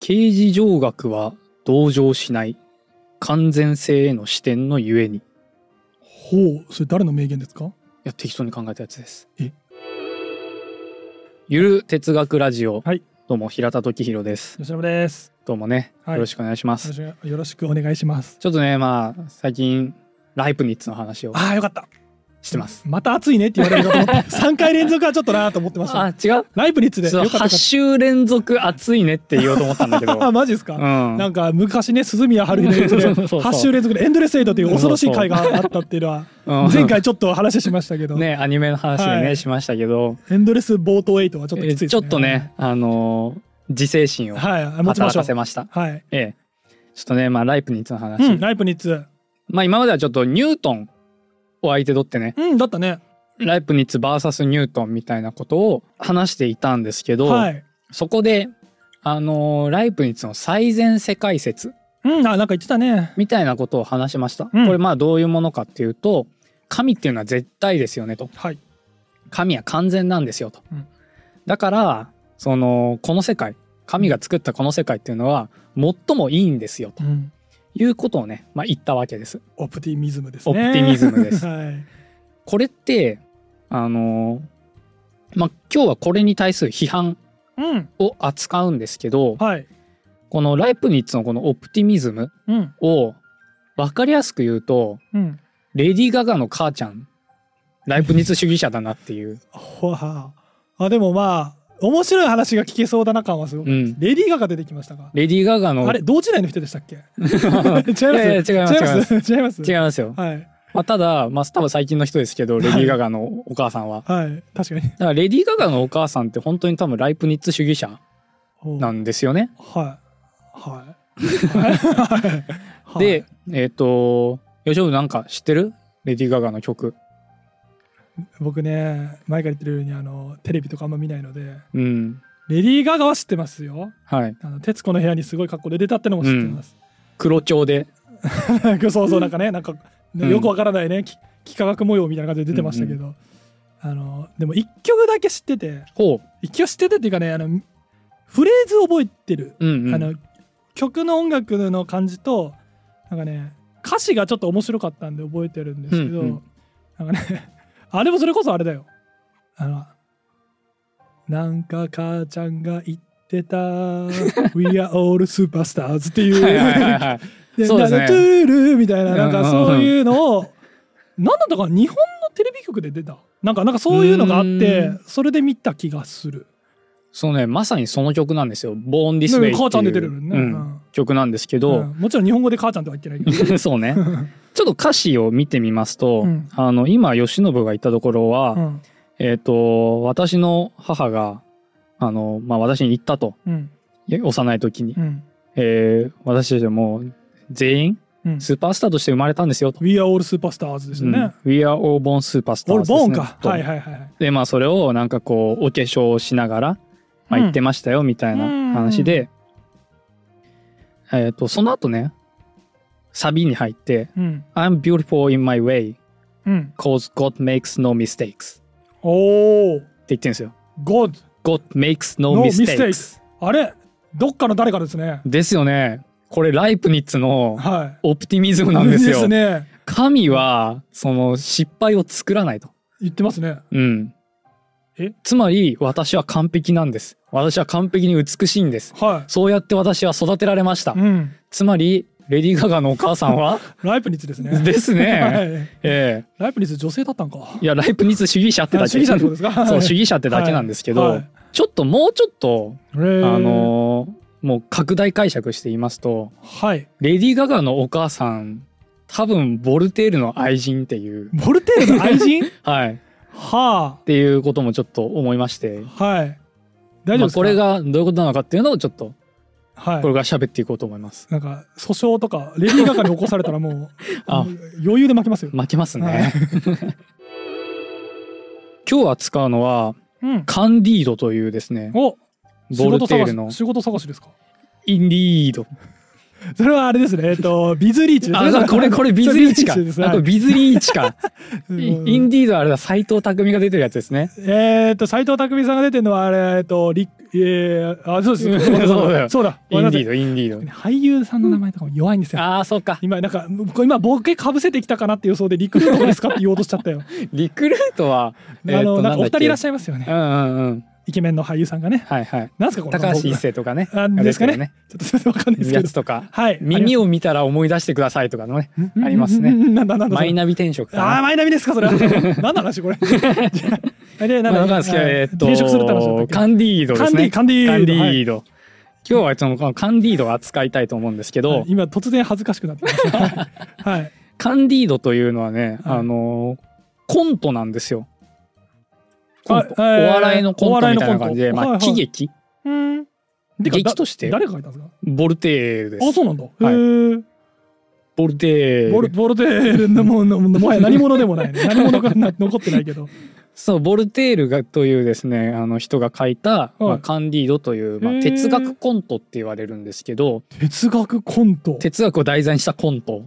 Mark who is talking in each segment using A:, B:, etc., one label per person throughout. A: 刑事上学は同情しない。完全性への視点のゆえに。い
B: ほうそれ誰の名言ですか
A: や、適当に考えたやつです。
B: え
A: ゆる哲学ラジオ。
B: はい
A: どうも、平田時弘です。
B: 吉野です
A: どうもね、
B: はい
A: よろしくお願いします。
B: よろしくお願いします
A: ちょっとね、まあ、最近、ライプニッツの話を
B: あーよかった
A: してます。
B: また暑いねって言われるかと思 って3回連続はちょっとなーと思ってました
A: あ、違う
B: ライプニッツでよ
A: そ
B: か
A: う
B: ったよかっ
A: ?8 週連続暑いねって言おうと思ったんだけど。
B: た あーマジですか、
A: うん。
B: なんか昔ね鈴宮春日のやつ
A: そ
B: で
A: うそうそう
B: 8週連続で「エンドレスエイド」という恐ろしい回があったっていうのは
A: うん
B: 前回ちょっと話しましたけど、
A: ね、アニメの話でね、
B: はい
A: しましたけど、
B: エンドレス冒頭エイトはちょっときつい
A: え
B: です
A: ちょ
B: ね
A: っとね、あのー自制心を
B: はい持ちま
A: 働
B: しょ
A: か
B: う
A: せました。
B: はい、
A: ええ。ちょっとね、まあ、ライプニッツの話。
B: うん、ライプニッツ
A: まあ、今まではちょっとニュートンを相手取ってね、
B: うんだったね
A: ライプニッツ VS ニュートンみたいなことを話していたんですけど、
B: はい
A: そこで、あのーライプニッツの最善世界説
B: うんあなんか言ってたね
A: みたいなことを話しました。
B: うん
A: これ、まあ、どういうものかっていうと、神っていうのは絶対ですよねと。
B: はい
A: 神は完全なんですよと。
B: うん
A: だからそのこの世界神が作ったこの世界っていうのは最もいいんですよと
B: うん
A: いうことをね、まあ、言ったわけです。
B: オプティミズムです
A: オ
B: ね
A: プティミズムです。
B: はい
A: これってあのまあ今日はこれに対する批判
B: うん
A: を扱うんですけど
B: はい
A: このライプニッツのこのオプティミズム
B: うん
A: を分かりやすく言うと
B: うん
A: レディー・ガガの母ちゃんライプニッツ主義者だなって いう。
B: ほはあでもまあ面白い話が聞けそうだな感はすご
A: う
B: く、
A: ん
B: レディー・ガガ出てきましたが
A: レディー・ガガの
B: あれ同時代の人でしたっ け違います
A: いやいや違います
B: 違います
A: 違いますよ。
B: はい
A: まあ、ただ、まあ、多分最近の人ですけど、レディー・ガガのお母さんは。
B: はい確かに
A: だから、レディー・ガガのお母さんって本当に多分ライプニッツ主義者
B: ほう
A: なんですよね。
B: はいはいはい
A: で、えっ、と、吉野なんか知ってるレディー・ガガの曲。
B: 僕ね前から言ってるようにあのテレビとかあんま見ないので
A: うん。
B: レディー・ガガは知ってますよ
A: はい。
B: あの徹子の部屋にすごい格好で出たってのも知ってます、
A: 黒蝶で。
B: そうそうなんかねなんか
A: うん
B: よくわからないね、き幾何学模様みたいな感じで出てましたけど、あのでも一曲だけ知ってて
A: ほ
B: 一曲知っててっていうかねあのフレーズ覚えてる、
A: う。うん、うん。
B: あの曲の音楽の感じとなんかね歌詞がちょっと面白かったんで覚えてるんですけど、
A: うん
B: なんかね あれもそれこそあれだよあのなんか母ちゃんが言ってた「We are all superstars」っていう
A: はいはいはいはい。
B: で
A: そうですね
B: なんかトゥールーみたいな、なん
A: うん
B: か
A: うんうん
B: そういうのを、なんだったかな日本のテレビ局で出た。なんか、なんかそういうのがあっ
A: う
B: て
A: ん、
B: それで見た気がする。
A: そうね、まさにその曲なんですよ。ボーン・ディス・ウェイ。
B: 母ちゃん出てるのね。
A: う。
B: うんん
A: 曲なんですけど、
B: うんもちろん日本語で母ちゃんとは言ってないけ ど。
A: そうね。ちょっと歌詞を見てみますと、
B: うん
A: あの、今、吉信が言ったところは、
B: うん
A: えっ、と、私の母が、あの、まあ、私に言ったと、
B: うん
A: え幼い時に。
B: うん
A: えー私たちはもう、全員、
B: うん
A: スーパースターとして生まれたんですよと。
B: We are all superstars ですよ
A: うん
B: ね。
A: We are all born superstars.
B: 俺、ボーン
A: ですね
B: か。
A: と
B: はいはいはい。
A: で、まあ、それをなんかこう、お化粧をしながら、まあ、
B: うん
A: 言ってましたよ、みたいな話で、えっ、と、その後ね、サビに入って、
B: うん。
A: I'm beautiful in my way,
B: うん。
A: cause God makes no mistakes
B: おー、
A: って言ってるんですよ。
B: God,
A: God makes no
B: no
A: mistakes.
B: mistakes. あれどっかの誰かですね。
A: ですよね。これライプニッツの
B: は
A: オプティミズム
B: い。
A: なんですよ。
B: ね。
A: 神はその失敗を作らないと。
B: 言ってますね。
A: うん。
B: え
A: つまり私は完璧なんです。私は完璧に美しいんです。
B: は
A: そうやって私は育てられました
B: い。う。ん。
A: つまりレディー・ガガのお母さんは
B: ライプニッツです ね。
A: です
B: は
A: ね。
B: い
A: え
B: ライプニッツ女性だったんか。
A: えいやライプニッツ主義者ってだ
B: あ
A: け。
B: 主義者ってことですか。
A: そう主義者ってだけなんですけど、
B: はいはい
A: ちょっともうちょっと
B: へー
A: あのーもう拡大解釈して言いますと。
B: はい。
A: レディー・ガガのお母さん、多分、ボルテールの愛人っていう、
B: ボルテールの愛 人
A: はい、っ
B: は
A: ていうこともちょっと思いまして、
B: あ。はい。大丈夫
A: ま
B: で
A: あ
B: すか
A: これ、がどういうことなのかっていうのをちょっと、
B: はい
A: これ。から喋っていこうと思います。、
B: なんか、訴訟とか、レディー・ガガに起こされたらもう
A: あ
B: 余裕で負けますよ。
A: 負けますね。
B: はい
A: 今日扱うのは、
B: うん。
A: カンディードというですね、
B: お
A: ボルテールの
B: 仕事探し仕事探しですか
A: インディード。
B: それはあれですねえっと ビズリーチですね
A: あそうこれこれビズリーチか
B: それビですね
A: あこれビズリーチか
B: うん
A: イインディードあれだ斎藤匠が出てるやつですね
B: えーっと斎藤匠さんが出てるのはあれえっとリえー、あそうです
A: そうだよ
B: そうだ
A: インディー
B: ご
A: ドインディ
B: めん
A: ー
B: なさい俳優さんの名前とかも弱いんです
A: ド
B: よ
A: ああそうか
B: 今なんか今ボケかぶせてきたかなって予想でリクルートですかって言おうとしち ゃったよ
A: リクルートは
B: あのなんかお二人いらっ
A: し
B: しゃいますよね
A: ゃうんうんうん
B: イケメンの俳優さんがね
A: はいはい
B: なんすかこの
A: 高橋
B: 僕
A: 一
B: が
A: 生とかねが
B: あで
A: 出
B: す
A: て
B: か
A: る
B: ねちょっとすいませんわかんないですけ
A: や
B: ど
A: つとか
B: はい
A: 耳を見たら思い出してくださいとかのねありますね
B: うんうんうんなんだなんだそ
A: マ
B: れ
A: イナビ転職か
B: ああ、
A: な
B: マイナビですか、それは。 何の話、これ。で、
A: まあなんかですけど
B: はい
A: えーっと
B: 転職するって話だったっけ
A: カンディードですね
B: カンディ
A: カ
B: カ
A: ンデ
B: ンディードはい
A: ィード今日はそのこのカンディードを扱いたいと思うんですけど、
B: はい今突然恥ずかしくなってます。 はいはい。
A: カンディードというのはね、
B: はい
A: あのーコントなんですよ。コ
B: あ
A: ントお
B: えー
A: 笑いのコントみたいな感じで、
B: お
A: まあ、
B: 笑いのコン
A: 喜
B: ト
A: 劇、
B: うん。てか
A: 劇
B: だ
A: として
B: 誰が書いたんですか。
A: ボルテールで
B: あ、
A: す
B: そう。なんだ。へ
A: はい
B: ー
A: ボルテ
B: ボ
A: ー
B: ル
A: ル。
B: ボルテールのものももはや何者でも ないね。何者かな残ってないけど。
A: そう、ボルテールがというですね、あの人が書いた、まあ、カンディードという、ま
B: へ
A: あ、
B: ー
A: 哲学コントって言われるんですけど、
B: 哲学コント。
A: 哲学を題材にしたコント。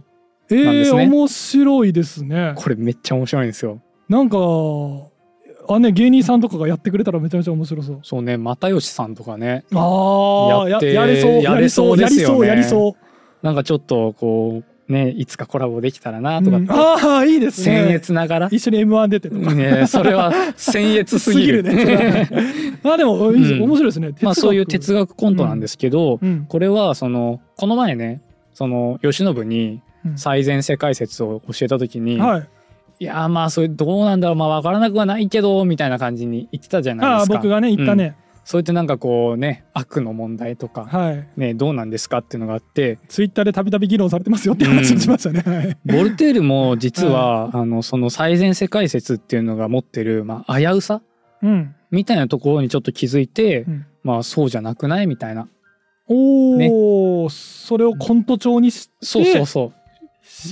B: え
A: なんで
B: ー
A: すね
B: 面白いですね。
A: これめっちゃ面白いんですよ。
B: なんか。あね、芸人さんとかがやってくれたらめちゃめちゃ面白そう。
A: そうね、又吉さんとかね、
B: ああ、
A: や
B: や
A: って
B: やれそう、
A: やれそう
B: やり
A: ですよ
B: そう、
A: ね
B: やりそう。
A: なんかちょっとこう、ね、いつかコラボできたらなとかって、
B: ああいいですね
A: 僭越ながら。
B: 一緒に M1 出てとか
A: ねそれは僭越すぎ る。
B: ねあでもいいです、
A: うん
B: 面白いですね
A: まあそういう哲
B: 学、
A: 学コントなんですけど、
B: うん
A: これはそのこの前ねその慶喜に
B: うん
A: 最善世界説を教えた時に、
B: はい
A: い、やーまあそれどうなんだろうまあ分からなくはないけどみたいな感じに言ってたじゃない
B: あ
A: で
B: あ
A: すか。
B: 僕がね言ったね、
A: そうやってなんかこうね悪の問題とか、
B: はい
A: ね、どうなんですかっていうのがあって
B: ツイッターでたびたび議論されてますよって話をしましたね、はい
A: ボルテールも実は、あのその最善世界説っていうのが持ってる、まあ、危うさ
B: うん
A: みたいなところにちょっと気づいて、
B: うん
A: まあそうじゃなくないみたいな
B: おお、それをコント調にして
A: そうそうそう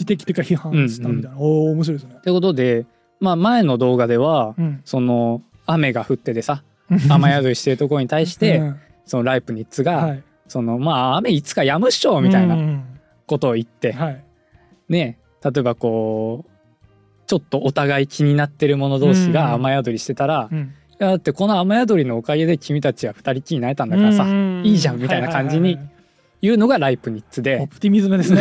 B: 指摘というか批判したみたいな、おお面白いですね
A: っ、てことで、まあ、前の動画では、
B: うん、
A: その雨が降っててさ雨宿りしてるところに対して、
B: うん
A: そのライプニッツが、
B: はい、
A: そのまあ雨いつか止むっしょみたい
B: うん
A: な
B: うん
A: ことを言って、
B: うんはい、
A: ね例えばこうちょっとお互い気になってる者同士が
B: うん
A: 雨宿りしてたら、
B: うん
A: いやだってこの雨宿りのおかげで君たちは二人きりになれたんだからさ、
B: うん
A: いいじゃんみたいな感じに
B: はいはいはい
A: いうのがライプニッツ
B: はいオ
A: で
B: プティミズムですね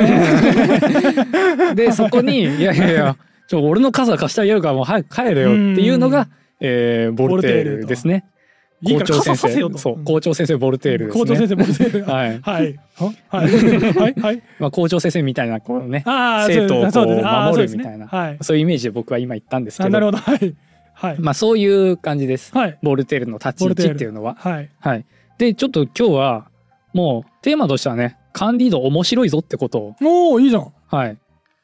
A: でそこ に「いやいやいやちょ俺の傘貸してあげるからもう早く帰れよ」っていうのが、
B: うん
A: えーボルテールですね。
B: いいか
A: 校
B: ら
A: 長
B: 傘
A: 先
B: させよ
A: 生
B: と
A: そう校長先生ボルテールですね
B: 校長先生ボルテール
A: はい
B: はいはいはいはい
A: まあ、校長先生みたいなこうね
B: あー
A: 生徒をこう
B: そうですあー
A: 守る
B: そうですね
A: みたいな
B: はい
A: そういうイメージで僕は今言ったんです
B: あ
A: け
B: なる
A: ど
B: ほどはいはい
A: まあそういう感じです
B: はい
A: ボルテールの立ち位置っていうのは
B: はい
A: はいでちょっと今日はもうテーマとしてはねカンディード面白いぞってことを
B: おおいいじゃん
A: はい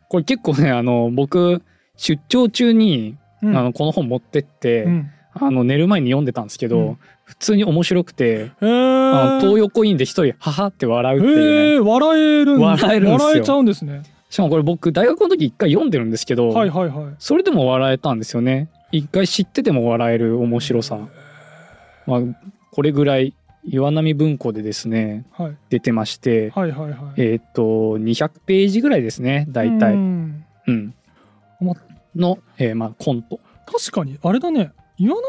A: これ結構ねあの僕出張中に、
B: うん
A: あのこの本持ってって、
B: うん
A: あの寝る前に読んでたんですけど、
B: うん
A: 普通に面白くて、
B: えー
A: あの東横インで一人「はは」って笑うっていうね、
B: えー笑えるん
A: 笑えるんですよ
B: 笑えちゃうんですね
A: しかもこれ僕大学の時一回読んでるんですけど、
B: はいはいはい
A: それでも笑えたんですよね一回知ってても笑える面白さまあこれぐらい岩波文庫でですね
B: はい
A: 出てまして
B: はいはいはい
A: えーっ、と200ページぐらいですね大体
B: う
A: うん、
B: ん
A: うん、の、えーまあコント
B: 確かにあれだね岩波の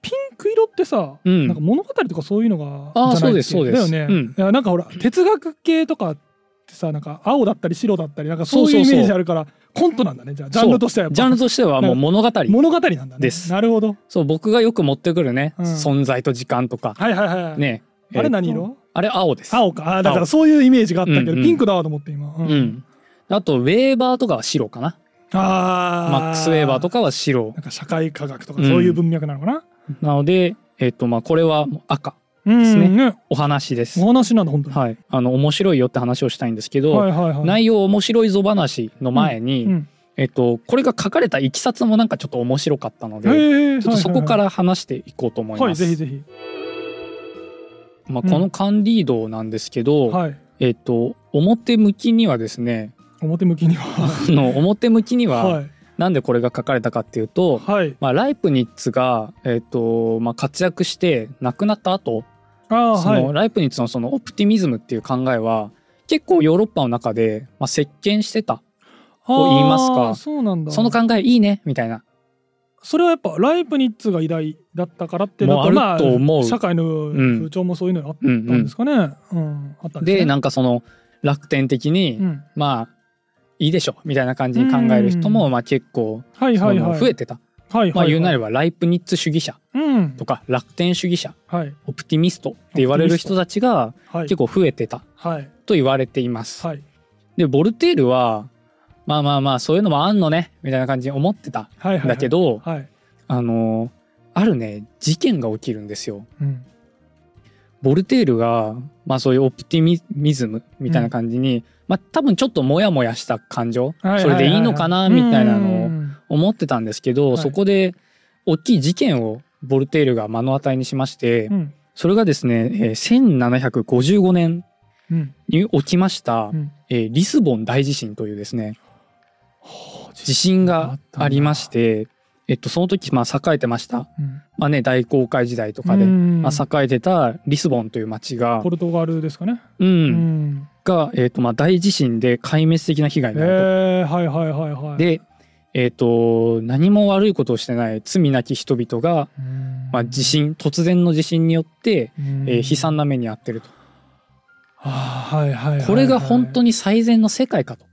B: ピンク色ってさ、
A: うん
B: なんか物語とかそういうのが
A: あー
B: じ
A: そ
B: ゃない
A: うですそうです
B: だよ
A: う
B: ね、
A: ん
B: いやなんかほら哲学系とかってさなんか青だったり白だったりなんかそう
A: そ
B: いううイ
A: そうそう
B: メージあるからコントなんだねじゃあジャンルとしてはやっぱ
A: ジャンルとしてはもう物語
B: 物語なんだね
A: です
B: なるほど
A: そう僕がよく持ってくるね、
B: うん
A: 存在と時間とか
B: はいはいはい、
A: ねえー
B: あれ何
A: と
B: 色
A: あれ青です
B: 青かあーだか
A: 青
B: らそういうイメージがあったけど、
A: うんうん
B: ピンクだわと思って今、う
A: うんんあとウェーバーとかは白かな
B: あ
A: マックス・ウェーバーと
B: か
A: かは白
B: なんか社会科学とかそういう文脈なのかな、
A: なのでえっ、とまあこれはもう赤
B: うん
A: ですね
B: ね
A: お話です
B: お話なんだ本当に、
A: はい、あの面白いよって話をしたいんですけど、
B: はいはいはい
A: 内容面白いぞ話の前に、
B: うん
A: えっと、これが書かれたいきさつもなんかちょっと面白かったの
B: へ
A: で、
B: ー
A: ちょっとそこ
B: はいはいはい
A: から話していこうと思い
B: は
A: ま
B: い、
A: す。
B: ぜひぜひ。
A: まあ、
B: うん
A: このカンディードなんですけど、
B: はい。
A: えっと、表向きにはですね、
B: 表向きには。
A: あの表向きには
B: はい。
A: なんでこれが書かれたかっていうと、
B: はい。
A: まあ、ライプニッツが、えっとまあ、活躍して亡くなった後
B: ああ、
A: そ
B: はい。
A: のライプニッツのそのオプティミズムっていう考えは結構ヨーロッパの中で、まあ、席巻してた
B: あー
A: 言いますか
B: そうなんだ
A: その考えいいねみたいな
B: それはやっぱライプニッツが偉大だったからって
A: もう
B: なんか
A: あると思う
B: まあ、社会の
A: ん
B: 風潮もそういうのにあっ
A: うん
B: た
A: うんん
B: ですかね、うんあったんですね
A: でなんかその楽天的に、
B: うん
A: まあいいでしょみたいな感じに考える人も、まあ、結構
B: はい
A: そ
B: はい
A: の
B: はい
A: 増えてた、
B: はいはいはい
A: まあ、言うなればライプニッツ主義者
B: うん
A: とか楽天主義者
B: はい
A: オプティミストって言われる人たちが
B: はい
A: 結構増えてた
B: はい
A: と言われています。
B: はい
A: でボルテールはまあまあまあそういうのもあんのねみたいな感じに思ってた
B: はいはい
A: んだけど、
B: はい
A: あのあるね事件が起きるんですよ。
B: うん
A: ボルテールが、まあ、そういうオプティミズムみたいな感じに、まあ、多分ちょっとモヤモヤした感情、
B: はい
A: それでいいのかなみたいなのを
B: うん
A: 思ってたんですけど、
B: はい
A: そこで大きい事件をボルテールが目の当たりにしまして、
B: うん
A: それがですね、えー1755年
B: うん
A: に起きました、
B: うん
A: えーリスボン大地震というですね地震がありまして、えっと、その時まあ栄えてました、
B: うん
A: まあね、大航海時代とかで、
B: うん
A: まあ、栄えてたリスボンという町が
B: ポ、ルトガルですかね
A: うん
B: うん
A: が、えっとまあ、大地震で壊滅的な被害になると。
B: えーはいはいはいはい
A: で、えっと何も悪いことをしてない罪なき人々が、
B: うん
A: まあ、地震突然の地震によって、
B: うん
A: えー悲惨な目に遭ってると。
B: あーはいはいはいはい
A: これが本当に最善の世界かと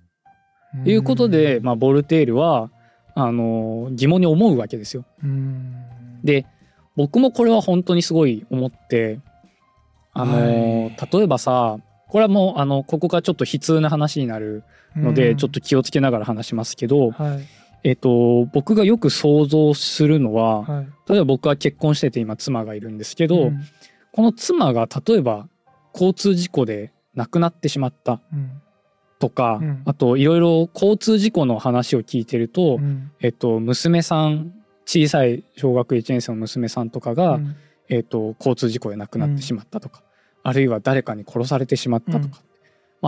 A: いうことで、まあ、ボルテールはあの疑問に思うわけですよ。
B: うん
A: で僕もこれは本当にすごい思ってあの、例えばさこれはもうあのここがちょっと悲痛な話になるので、
B: うん
A: ちょっと気をつけながら話しますけど、
B: はい
A: えっと僕がよく想像するのは、
B: はい
A: 例えば僕は結婚してて今妻がいるんですけど、
B: うん
A: この妻が例えば交通事故で亡くなってしまった
B: うん
A: とか、
B: うん
A: あといろいろ交通事故の話を聞いてると、
B: うん
A: えっと、娘さん小さい小学1年生の娘さんとかが、
B: うん
A: えっと、交通事故で亡くなってしまったとか、あるいは誰かに殺されてしまったとか、
B: うん
A: ま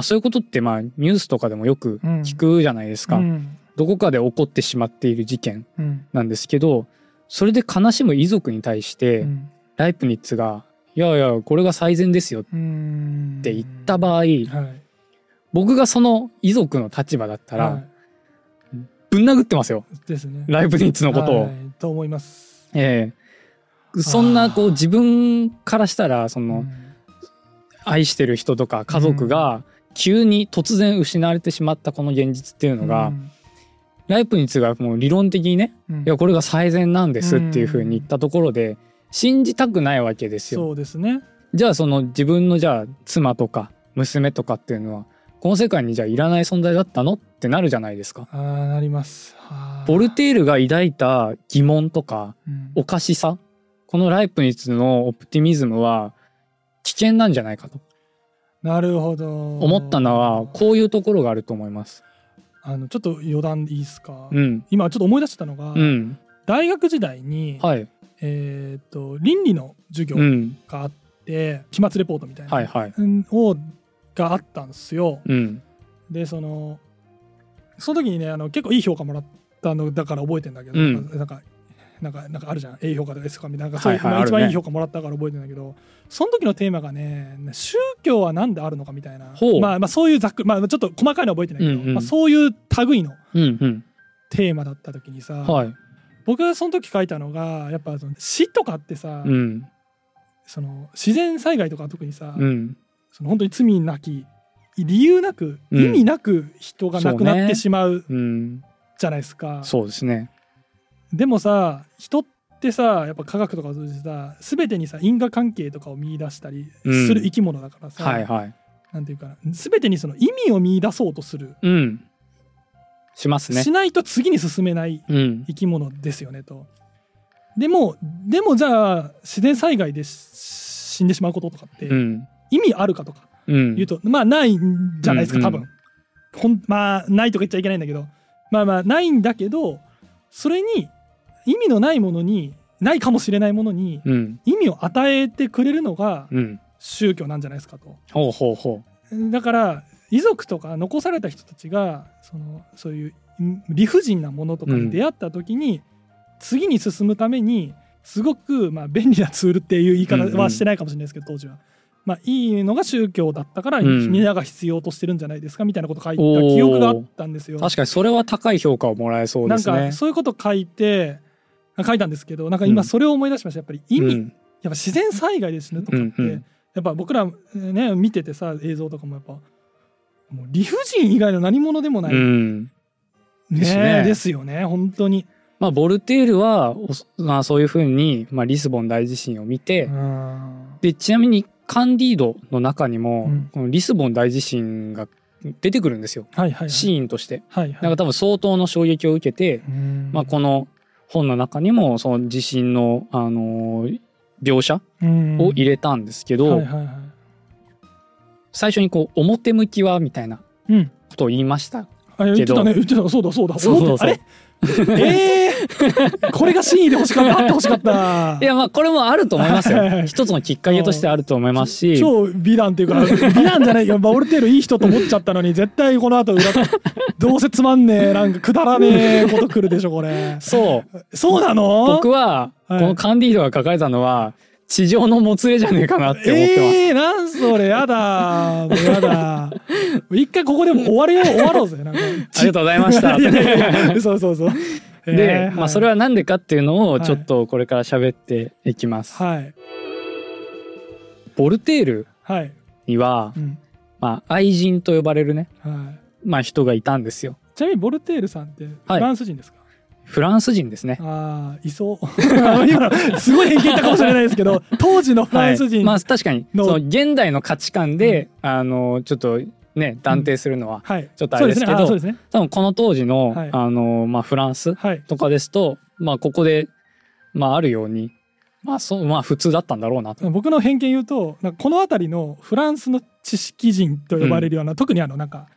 A: あ、そういうことってまあニュースとかでもよく聞くじゃないですか、
B: うん
A: どこかで起こってしまっている事件
B: うん
A: なんですけどそれで悲しむ遺族に対して、
B: うん
A: ライプニッツが「いやいやこれが最善ですよ」っ
B: うん
A: て言った場合、
B: はい
A: 僕がその遺族の立場だった
B: は
A: らぶん殴ってますよ
B: いですね
A: ライプニッツのことを。
B: はいと思います
A: ええそんなこ
B: あ
A: う
B: ー
A: 自分からしたらその愛してる人とか家族が急に突然失われてしまったこの現実っていうのが、ライプニッツがもう理論的にね「いや
B: や
A: これが最善なんです」っていうふうに言ったところで信じたくないわけですよ。
B: そうですね
A: じゃあその自分のじゃあ妻とか娘とかっていうのはこの世界にじゃあいらない存在だったのってなるじゃないですか。
B: あーなりますあー
A: ボルテールが抱いた疑問とか
B: うん
A: おかしさこのライプニッツのオプティミズムは危険なんじゃないかと
B: なるほど
A: 思ったのはこういうところがあると思います。
B: あのちょっと余談いいですか
A: うん、
B: 今ちょっと思い出したのが
A: うん、
B: 大学時代に
A: はい、
B: えっと倫理の授業
A: うん、
B: があって期末レポートみたいな
A: はいはい、
B: うんをがあったんですよ。
A: うん、
B: でそのその時にねあの結構いい評価もらったのだから覚えてんだけど、
A: うん
B: なんかなんかなんかあるじゃん A 評価とか S 評価みたいななんかそういう、
A: はいはい
B: まあ
A: ある
B: 一
A: ね
B: 番いい評価もらったから覚えてんだけどその時のテーマがね宗教は何であるのかみたいな
A: ほう
B: まあ、まあそういうざっく、まあ、ちょっと細かいのは覚えてないけど、
A: うんうん
B: まあ、そういう類の
A: うん、
B: テーマだった時にさ、
A: うん、はい、
B: 僕がその時書いたのがやっぱその死とかってさ、
A: うん、
B: その自然災害とか特にさ、
A: うん、
B: その本当に罪なき理由なく
A: うん
B: 意味なく人が亡くな
A: そう
B: っ
A: ね
B: てしまう
A: うん、
B: じゃないですか、
A: そうですね。
B: でもさ人ってさやっぱ科学とかを通じてさ全てにさ因果関係とかを見出したり
A: うん
B: する生き物だからさ、
A: はいはい、
B: なんていうかな全てにその意味を見出そうとする、
A: うん、しますね
B: し。ないと次に進めない
A: うん、
B: 生き物ですよねと。でもでもじゃあ自然災害でし死んでしまうこととかって
A: うん、
B: 意味あるかとか
A: うん
B: 言う、と、まあないんじゃないです
A: うん
B: か多分、ほんまあないとか言っちゃいけないんだけどまあまあないんだけどそれに意味のないものにないかもしれないものに
A: うん、
B: 意味を与えてくれるのが
A: うん、
B: 宗教なんじゃないですかと。
A: ほうほうほ
B: だから遺族とか残された人たちがそのそういうん理不尽なものとかに出会った時に、次に進むためにすごくまあ便利なツールっていう言い方
A: うんうん
B: はしてないかもしれないですけど当時はまあ、いいのが宗教だったから、
A: うん
B: 皆が必要としてるんじゃないですかみたいなこと書いた記憶があったんですよ。
A: 確かにそれは高い評価をもらえそうで
B: なん
A: すね。
B: かそういうこと書いてあ書いたんですけどなんか今
A: うん
B: それを思い出しましたやっぱり意味、
A: う
B: やっ
A: ん
B: ぱ自然災害で死ぬとかって、
A: うんうん
B: やっぱ僕らね見ててさ映像とかもやっぱもう理不尽以外の何者でもない、
A: うん
B: ね
A: ですね
B: ですよね本当に。
A: まあボルテールはおそまあ、そういうふうに、まあ、リスボン大地震を見て、
B: うん
A: でちなみにカンディードの中にも、
B: うん
A: このリスボン大地震が出てくるんですよ、
B: はいはいはい
A: シーンとして。
B: はい
A: な
B: は
A: ん
B: い
A: か多分相当の衝撃を受けて、
B: うん
A: まあ、この本の中にもその地震の、あのー描写
B: うん
A: を入れたんですけど、
B: はいはいは
A: 最初にこう表向きはみたいない
B: うん
A: ことを言いました
B: あ言ってたね言ってたそうだそうだ
A: そうそうそう
B: あれえー、 これが真意で欲しかったあって欲しかった
A: いやまあこれもあると思います
B: はいはいは
A: よ
B: い
A: 一つのきっかけとしてあると思いますし
B: 超美男っていうか美男じゃないかボルテールいい人と思っちゃったのに絶対この後裏どうせつまんねえなんかくだらねえことくるでしょこれ
A: そう
B: そうなの
A: 僕はこ
B: はい
A: のカンディードが書かれたのは地上のもつれじゃねえかなって思ってます、
B: えー、なんそれやだもうやだもう一回ここでもう終われよう終わろうぜなんか
A: ありがとうございました
B: いやいやいやそうそうそう
A: で、
B: えー
A: まあ、それは何でかっていうのをちょっとこれから喋っていきます、
B: はい
A: ボルテール
B: はい、
A: には
B: う、ん
A: まあ、愛人と呼ばれるね、
B: はい、
A: まあ、人がいたんですよ
B: ちなみにボルテールさんってフ
A: はい
B: ランス人ですか、
A: フランス人ですね
B: ああいそう 今のすごい偏見言ったかもしれないですけど当時のフランス
A: は
B: 人
A: い、まあ確かにそ
B: の
A: の現代の価値観で、あのちょっとね断定するのは、
B: はい、
A: ちょっとあれですけど
B: そうですね。
A: 多分この当時の,、
B: はい
A: あのまあ、フランス
B: あそうですね
A: とかですと、まあ、ここで、まあ、あるように、まあそうまあ、普通だったんだろうなと。
B: はい、僕の偏見言うと、なんかこの辺りのフランスの知識人と呼ばれるような、特にあのなんか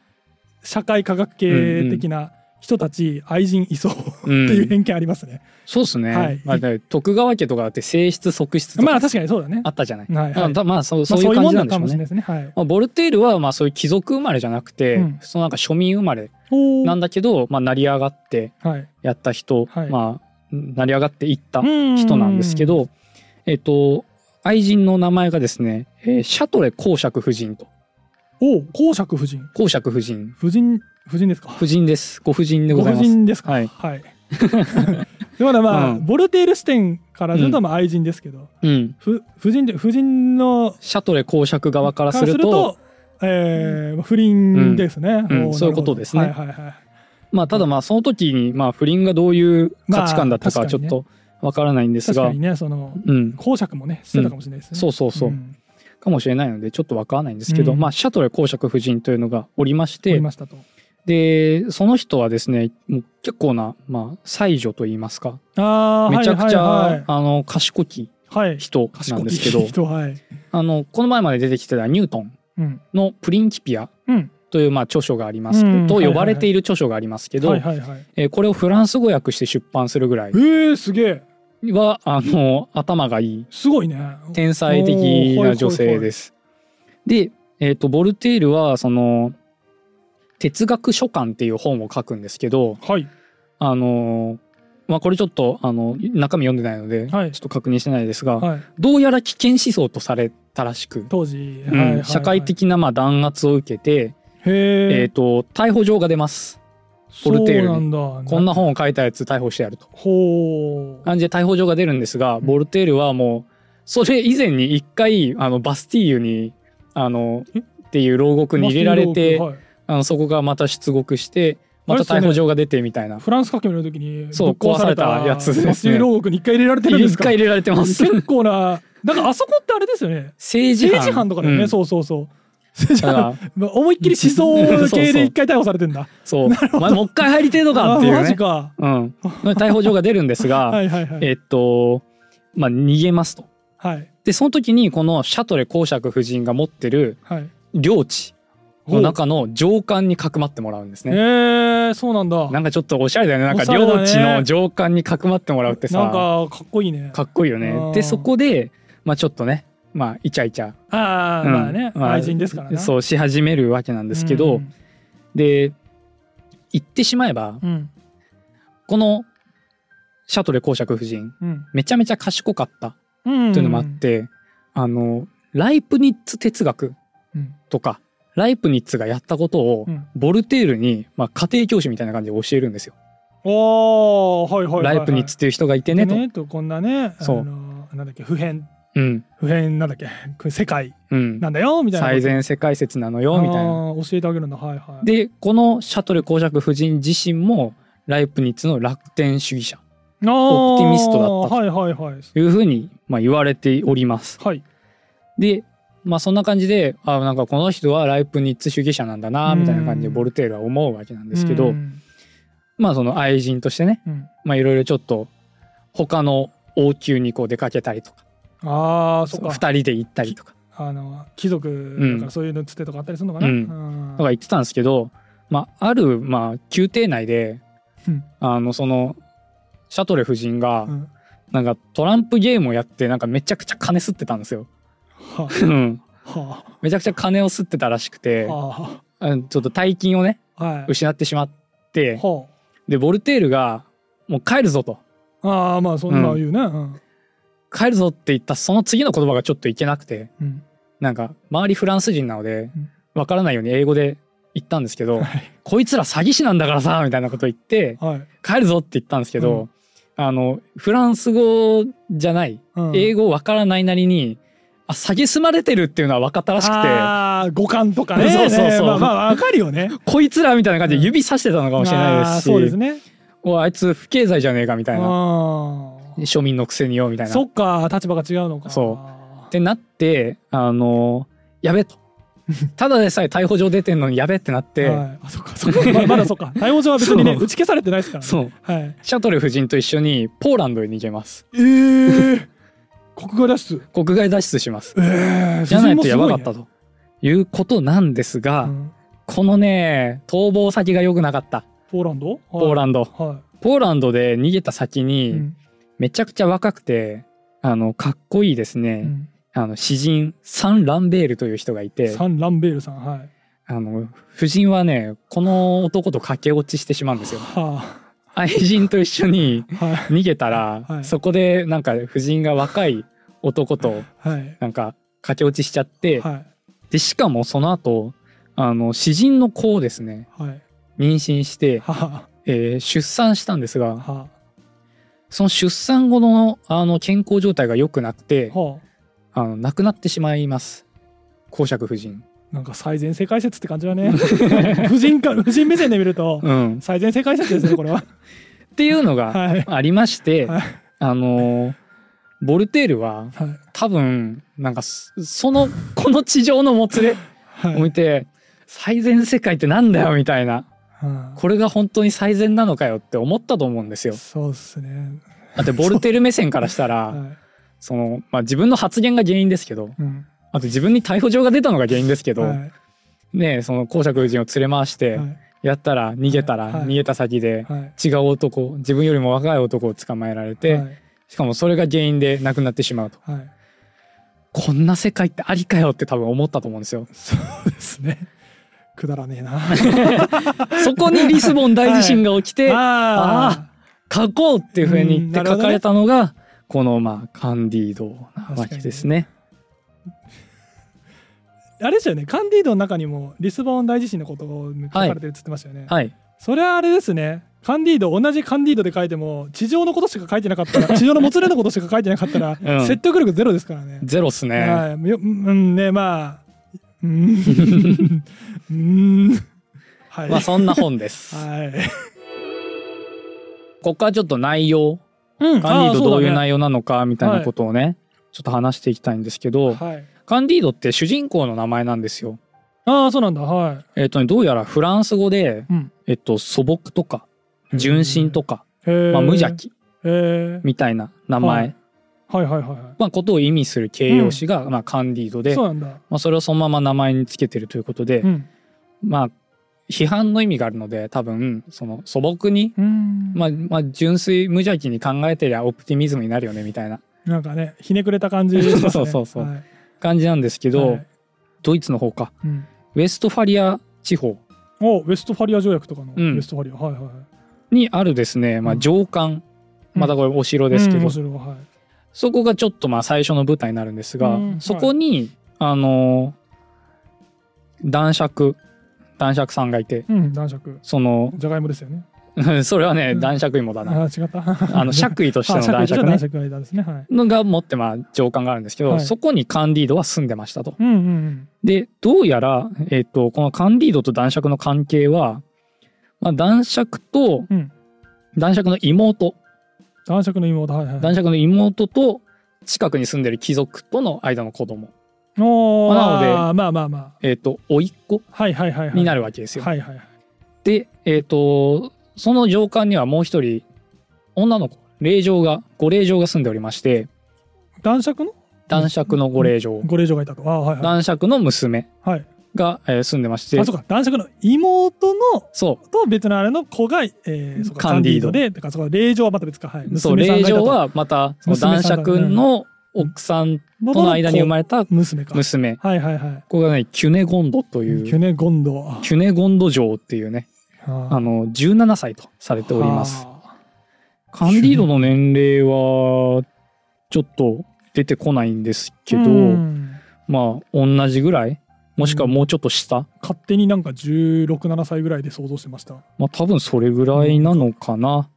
B: 社会科学系的な人たち、愛人いそうっていう偏見ありますね。
A: そうですね、
B: はい
A: まあ、だから徳川家とかだって性質側室と
B: ま
A: か
B: あ確かにそうだね。
A: あったじゃない。
B: はいはい
A: まあまあそう
B: ま
A: そ
B: あ
A: ういう感
B: も
A: じ
B: ん
A: な
B: なん
A: でし
B: か
A: ょ
B: も
A: う
B: しれ
A: ね。
B: ないですね。はい。
A: まあ、ボルテールはまあそういう貴族生まれじゃなくて、
B: うん
A: そのなんか庶民生まれ
B: おー
A: なんだけど、まあ、成り上がって
B: はい。
A: やった人、
B: はい
A: まあ、成り上がっていった
B: 人
A: 人なんですけ。ど、えっと、愛人の名前がですね、えーシャトレ公爵夫人と。
B: おお、公爵夫人。
A: 公爵夫人。
B: 夫人、夫人ですか。
A: 夫人です。ご婦人でござい
B: 夫
A: ます。
B: 人ですか。
A: はい
B: はい。でもまあまあ、
A: うん
B: ボルテール視点からするとまあ愛人ですけど、
A: うん。
B: ふ夫人で夫人の
A: シャトレ公爵側からすると、
B: えー不倫ですね、
A: うん
B: おー
A: そういうことですね
B: なるほどはいはいはい
A: まあ、ただまあ、その時に、まあ、不倫がどういう価値観だったかは
B: まあ
A: ちょ
B: 確かに
A: っ
B: ね
A: とわからないんです
B: 確
A: が、
B: かにねその
A: うん。
B: 公爵もねしてたかもしれないですね、
A: そううそうそう、
B: ん
A: かもしれないので、ちょっとわからないんですけど、
B: うん
A: まあ、シャトレ公爵夫人というのがおりまし
B: おり
A: て、
B: ましたと
A: で、その人はですね、もう結構な、まあ、才女といいますか、
B: あー
A: めちゃくちゃ、
B: はいはい
A: あの賢き
B: はい、はい、
A: 人
B: 賢
A: ないんですけど
B: 人はい
A: あのこの前まで出てきてたニュートン
B: うん
A: の「プリンキピア
B: うん」
A: というまあ著書がありますけど、
B: うん
A: と
B: はいは
A: 呼
B: いはい
A: ばれている著書がありますけど、
B: はいはいはい
A: えーこれをフランス語訳して出版するぐらい
B: えー、すげえ
A: はあの頭がいい
B: すごいね
A: 天才
B: おー
A: 的
B: ほいほいほ
A: ない女性です。で、えー、とボルテールはその哲学書簡っていう本を書くんですけど、
B: はい
A: あのまあ、これちょっとあの中身読んでないので、
B: はい
A: ちょっと確認してないですが、
B: はい
A: どうやら危険思想とされたらしく、
B: 当時、
A: うん
B: はいはいはい
A: 社会的なまあ弾圧を受けて、
B: へ
A: え
B: え
A: ー、と逮捕状が出ます
B: そ
A: ボルテール
B: う
A: に
B: なんだ
A: こんな本を書いたやつ逮捕してやると
B: ほう
A: 感じで逮捕状が出るんですが
B: ん
A: ボルテールはもうそれ以前に一回あのバスティーユにあの
B: え
A: っていう牢獄に入れられて、
B: はい
A: あのそこがまた出獄してまた
B: あれっすよ
A: 逮
B: ね
A: 捕状が出てみたいな
B: フランス革命の時に
A: そう
B: ぶっ壊され
A: 壊されたやつですね
B: マスユ牢獄に一回入れられてるんで
A: 一
B: すか
A: 回入れられてます
B: 結構ななんかあそこってあれですよね
A: 政治犯
B: 政治犯とかだよね、
A: うん
B: そうそうそう政治
A: だ
B: 犯
A: から
B: まあ 思いっきり思想系で一回逮捕されてんだ
A: そうお前もう一回入りてえのかってい
B: あ
A: う
B: マジ
A: ね、
B: か
A: うん、逮捕状が出るんですが、
B: はいはいはい
A: えっとまあ逃げますと。
B: はい
A: でその時にこのシャトレ公爵夫人が持ってる
B: はい
A: 領地の中の上官にかくまってもらうんです
B: え
A: ね。
B: ー、そうなんだ
A: なんかちょっとおしゃれだよねなんか
B: おしゃれだね
A: 領地の上官にかくまってもらうって
B: なん
A: さ
B: かかっこいいね
A: かっこいいよ
B: あ
A: ね。
B: ー
A: でそこでまあちょっとねまあイチャイチャ、
B: ああ、
A: うん
B: まあね、
A: まあ
B: 愛人ですからねう
A: そうし始めるわけなんですけど、
B: ん
A: で言ってしまえば
B: うん
A: このシャトレ公爵夫人
B: うん
A: めちゃめちゃ賢かった
B: うん
A: というのもあって、あのライプニッツ哲学
B: うん
A: とかライプニッツがやったことを
B: うん
A: ボルテールに、まあ、家庭教師みたいな感じで教えるんですよ。
B: おーはいはいはいはい
A: ライプニッツっていう人がいてね
B: で
A: と。
B: ねとこんなね
A: そう
B: あのなんだっけ普遍
A: うん
B: 普遍なんだっけこれ世界
A: うん、
B: なんだよみたいな
A: 最善世界説なのよみたいな。
B: あー教えてあげるんだはいはい
A: でこのシャトル公爵夫人自身もライプニッツの楽天主義者
B: あー
A: オプティミストだったと
B: はいはいはい
A: というふうに、まあ、言われております。
B: はい
A: でまあそんな感じであなんかこの人はライプニッツ主義者なんだな
B: うん
A: みたいな感じでボルテールは思うわけなんですけど、
B: うん
A: まあその愛人としてね
B: うん
A: まあいろいろちょっと他の王宮にこう出かけたりとか
B: ああそっ
A: そう
B: か
A: 二人で行ったりとか
B: あの貴族だからそういうのつてとかあったりするのかな、
A: うん
B: ん
A: とか言ってたんですけど、まあ、あるまあ宮廷内で、
B: うん
A: あのそのシャトレ夫人が
B: うん
A: なんかトランプゲームをやってなんかめちゃくちゃ金吸ってたんですよ。
B: は
A: うん
B: あは
A: めちゃくちゃ金を吸ってたらしくて
B: あは
A: あのちょっと大金をね
B: あはい
A: 失ってしまって
B: は
A: でボルテールが「もう帰るぞ」と
B: ああーまあそんな言うねうん
A: 「帰るぞ」って言ったその次の言葉がちょっといけなくて
B: うん
A: なんか周りフランス人なので
B: うん
A: わからないように英語で言ったんですけど
B: はい
A: 「こいつら詐欺師なんだからさ」みたいなこと言って
B: はい
A: 「帰るぞ」って言ったんですけど、
B: う
A: あのフランス語じゃない
B: うん
A: 英語わからないなりに「あ詐欺すまれてる」っていうのは分かったらしくて。
B: ああ五感とかね
A: そうそうそう
B: ねまあまあわかるよね
A: こいつらみたいな感じで指さしてたのかもしれないですし、
B: あーそうですね
A: おあいつ不経済じゃねえかみたいな
B: あー
A: 庶民のくせによみたいな。
B: そ
A: っ
B: っか立場が違うのか
A: そうてなってあのやべ とただでさえ逮捕状出てんのにやべってなって、
B: はい、あそっかそっかままだそ っか逮捕状は別にね
A: そう
B: 打ち消されてないですから、ね、
A: そう
B: はい
A: シャトル夫人と一緒にポーランドへ逃げます
B: えー、国外脱出
A: 国外脱出します
B: ええー、
A: じゃないとやばかった
B: と、
A: ということなんですが、
B: うん
A: このね逃亡先が良くなかった
B: ポーランド
A: ポーランド、
B: ンドは
A: ポーランドで逃げた先
B: い、
A: に、
B: うん
A: めちゃくちゃ若くてあのかっこいいですね、
B: うん
A: あの詩人サン・ランベールという人がいて
B: サン・ランベールさんはい
A: あの夫人はねこの男と駆け落ちしてしまうん ですよ。
B: は
A: 愛人と一緒に
B: あはい
A: 逃げたら、
B: はい
A: そこでなんか夫人が若い男と
B: はい
A: なんか駆け落ちしちゃって、
B: はい
A: でしかもその後あの詩人の子をですね
B: はい
A: 妊娠して、
B: はあ
A: えー出産したんですが
B: は
A: その出産後のあの健康状態が良くなくて
B: あはあ
A: あの亡くなってしまいます公爵夫人。
B: なんか最善世界説って感じだね 婦人か婦人目線で見ると
A: うん、
B: 最善世界説ですねこれは
A: っていうのが、
B: はい
A: ありまして、
B: はい
A: あのーボルテールは
B: はい
A: 多分なんかそそのこの地上のもつれ
B: はい
A: を見て最善世界ってなんだよみたいな
B: うん
A: これが本当に最善なのかよって思ったと思うんですよ。
B: そうっすね
A: だってボルテール目線からしたら
B: は
A: その、まあ、自分の発言が原因ですけど
B: いうん
A: あと自分に逮捕状が出たのが原因ですけど、
B: はい
A: ねえその公爵夫人を連れ回して
B: はい
A: やったら逃げた
B: は
A: ら
B: いはい
A: 逃げた先で
B: はい
A: 違う男自分よりも若い男を捕まえられて
B: はい
A: しかもそれが原因で亡くなってしまうと。
B: はい
A: こんな世界ってありかよって多分思ったと思うんですよ。
B: そうですね くだらねえな
A: そこにリスボン大地震が起きて、
B: あ
A: 書こうっていうふうに言
B: う
A: っ
B: ん
A: て書かれたのが、このまあカンディードなわけですね。
B: ああれですよねカンディードの中にもリスボン大地震のことを書かれてるっつってましたよね、
A: はい。
B: それはあれですねカンディード同じカンディードで書いても地上のことしか書いてなかった ら地上のもつれのことしか書いてなかったら、
A: うん
B: 説得力ゼロですからね。
A: ゼロっすね。
B: はい、ようんねまあうんうんはい、
A: まあそんな本 です。
B: はい、
A: ここからちょっと内容、
B: うん
A: カンディードどういう
B: い
A: 内容なのかみたいなことをね、ちょっと話していきたいんですけど、
B: はい、
A: カンディードって主人公の名前なんですよ。
B: ああそうなんだはい、
A: えっ、とね、どうやらフランス語で、
B: うん
A: えっと、素朴とか、純真とか、
B: へー
A: まあ、無邪気
B: へー
A: みたいな名前、
B: はいはいはいはいは
A: まあ、ことを意味する形容詞が、まあ、カンディード
B: い
A: で、
B: そう
A: ま
B: なんだ、
A: あ、それをそのまま名前につけてるということで、
B: うん
A: まあ批判の意味があるので多分その素朴に、
B: うん
A: まあまあ、純粋無邪気に考えてりゃオプティミズムになるよねみたいな
B: なんかねひねくれた 感じしますね
A: そうそうそう
B: はい
A: 感じなんですけど、
B: はい
A: ドイツの方か
B: うん
A: ウェストファリア地方
B: おウェストファリア条約とかの、
A: うん
B: ウェストファリアはいはいはい
A: にあるですね、まあ、
B: うん
A: 上官、またこれお城ですけ
B: うん
A: ど、
B: 面白いはい
A: そこがちょっとまあ最初の舞台になるんですが、
B: うん
A: そこに、あの男爵男爵さんがいて
B: うん、男爵。
A: その
B: じゃがいもですよね。
A: それはね
B: うん
A: 男爵芋だな、
B: あ、違 った。
A: あの爵位としての
B: あ
A: 男爵ね
B: 男爵がいたんですね。はい。
A: のが持ってまあ上官があるんですけど、
B: はい
A: そこにカンディードは住んでましたと。
B: うんうんうん。
A: でどうやら、えっとこのカンディードと男爵の関係は、まあ、男爵と
B: うん
A: 男爵の妹
B: 男爵の妹、はいはい。
A: 男爵の妹と近くに住んでる貴族との間の子供
B: おー
A: まあなので
B: あーまあまあま
A: えっ、と甥っ子
B: あ。はいはいはいはい。
A: にな
B: る
A: るわけですよ。
B: はいはいはい。
A: でえっ、とその上官にはもう一人女の子霊嬢がご霊嬢が住んでおりまして
B: 男爵の
A: 男爵のご霊嬢、
B: ご令嬢がいたと。あーはいはい。
A: 男爵の娘
B: はい。
A: が、えー住んでまして
B: あ、そうか。男爵の妹の
A: そう
B: と別のあれの子が、えー、そうか
A: カンディード
B: で、だからそこ令嬢はまた別か。はい。
A: そう
B: 娘さんが
A: 令
B: いた
A: 嬢
B: と
A: はまたその
B: 娘
A: 男
B: さんだね
A: 爵の奥さんとの間に生まれた
B: 娘か。
A: 娘
B: はいはいはい。
A: これがねキュネゴンドとい
B: キュ
A: う
B: ネゴンド。あ
A: キュネゴンド城っていうねあ
B: ー
A: の17歳とされております
B: あ
A: カンディードの年齢はちょっと出てこないんです
B: ー
A: けど
B: うん
A: まあ同じぐらいもしくはもうちょっと下、
B: 勝手になんか16、7歳ぐらいで想像してました。
A: まあ多分それぐらいなのかな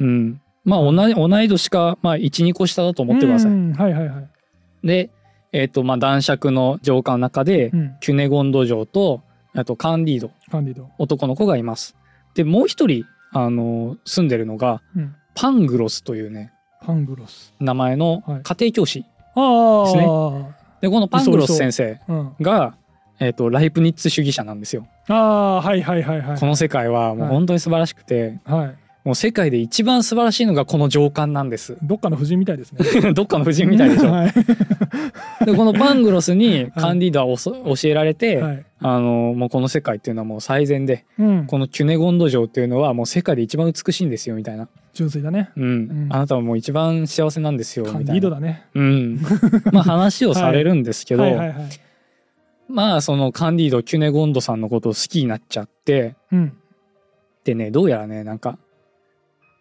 A: うんまあ同い同い年か、まあ、12個下だと思ってください、
B: うんはいはいはい。
A: でえっ、とまあ男爵の城下の中で、
B: うん。
A: キュネゴンド城とあとカンディード
B: カンディード。
A: 男の子がいますでもう一人あの住んでるのが
B: うん。
A: パングロスというね
B: パングロス。
A: 名前の
B: はい
A: 家庭教師、
B: ああ。
A: ですねでこのパングロス先生
B: うん。
A: が、えっとライプニッツ主義者なんですよ、
B: ああ、はいはいはいはい。
A: この世界はもう本当に素晴らしくて、
B: はい。
A: もう世界で一番素晴らしいのがこの上官なんです
B: どっかの夫人みたいですね。
A: どっかの夫 人みたいでしょ
B: はい。
A: でこのパングロスにカンディードはおそ教えられて、
B: はい。
A: あのもうこの世界っていうのはもう最善で
B: うん。
A: このキュネゴンド城っていうのはもう世界で一番美しいんですよみたいな
B: 純粋だね。
A: うん、
B: ん
A: あなたはもう一番幸せなんですよみた
B: カ
A: い
B: ン
A: な
B: ディードだね。
A: うん、 まあ話をされるんですけど、
B: はいはいはい。
A: まあそのカンディードキュネゴンドさんのことを好きになっちゃって
B: うん。
A: でねどうやらねなんか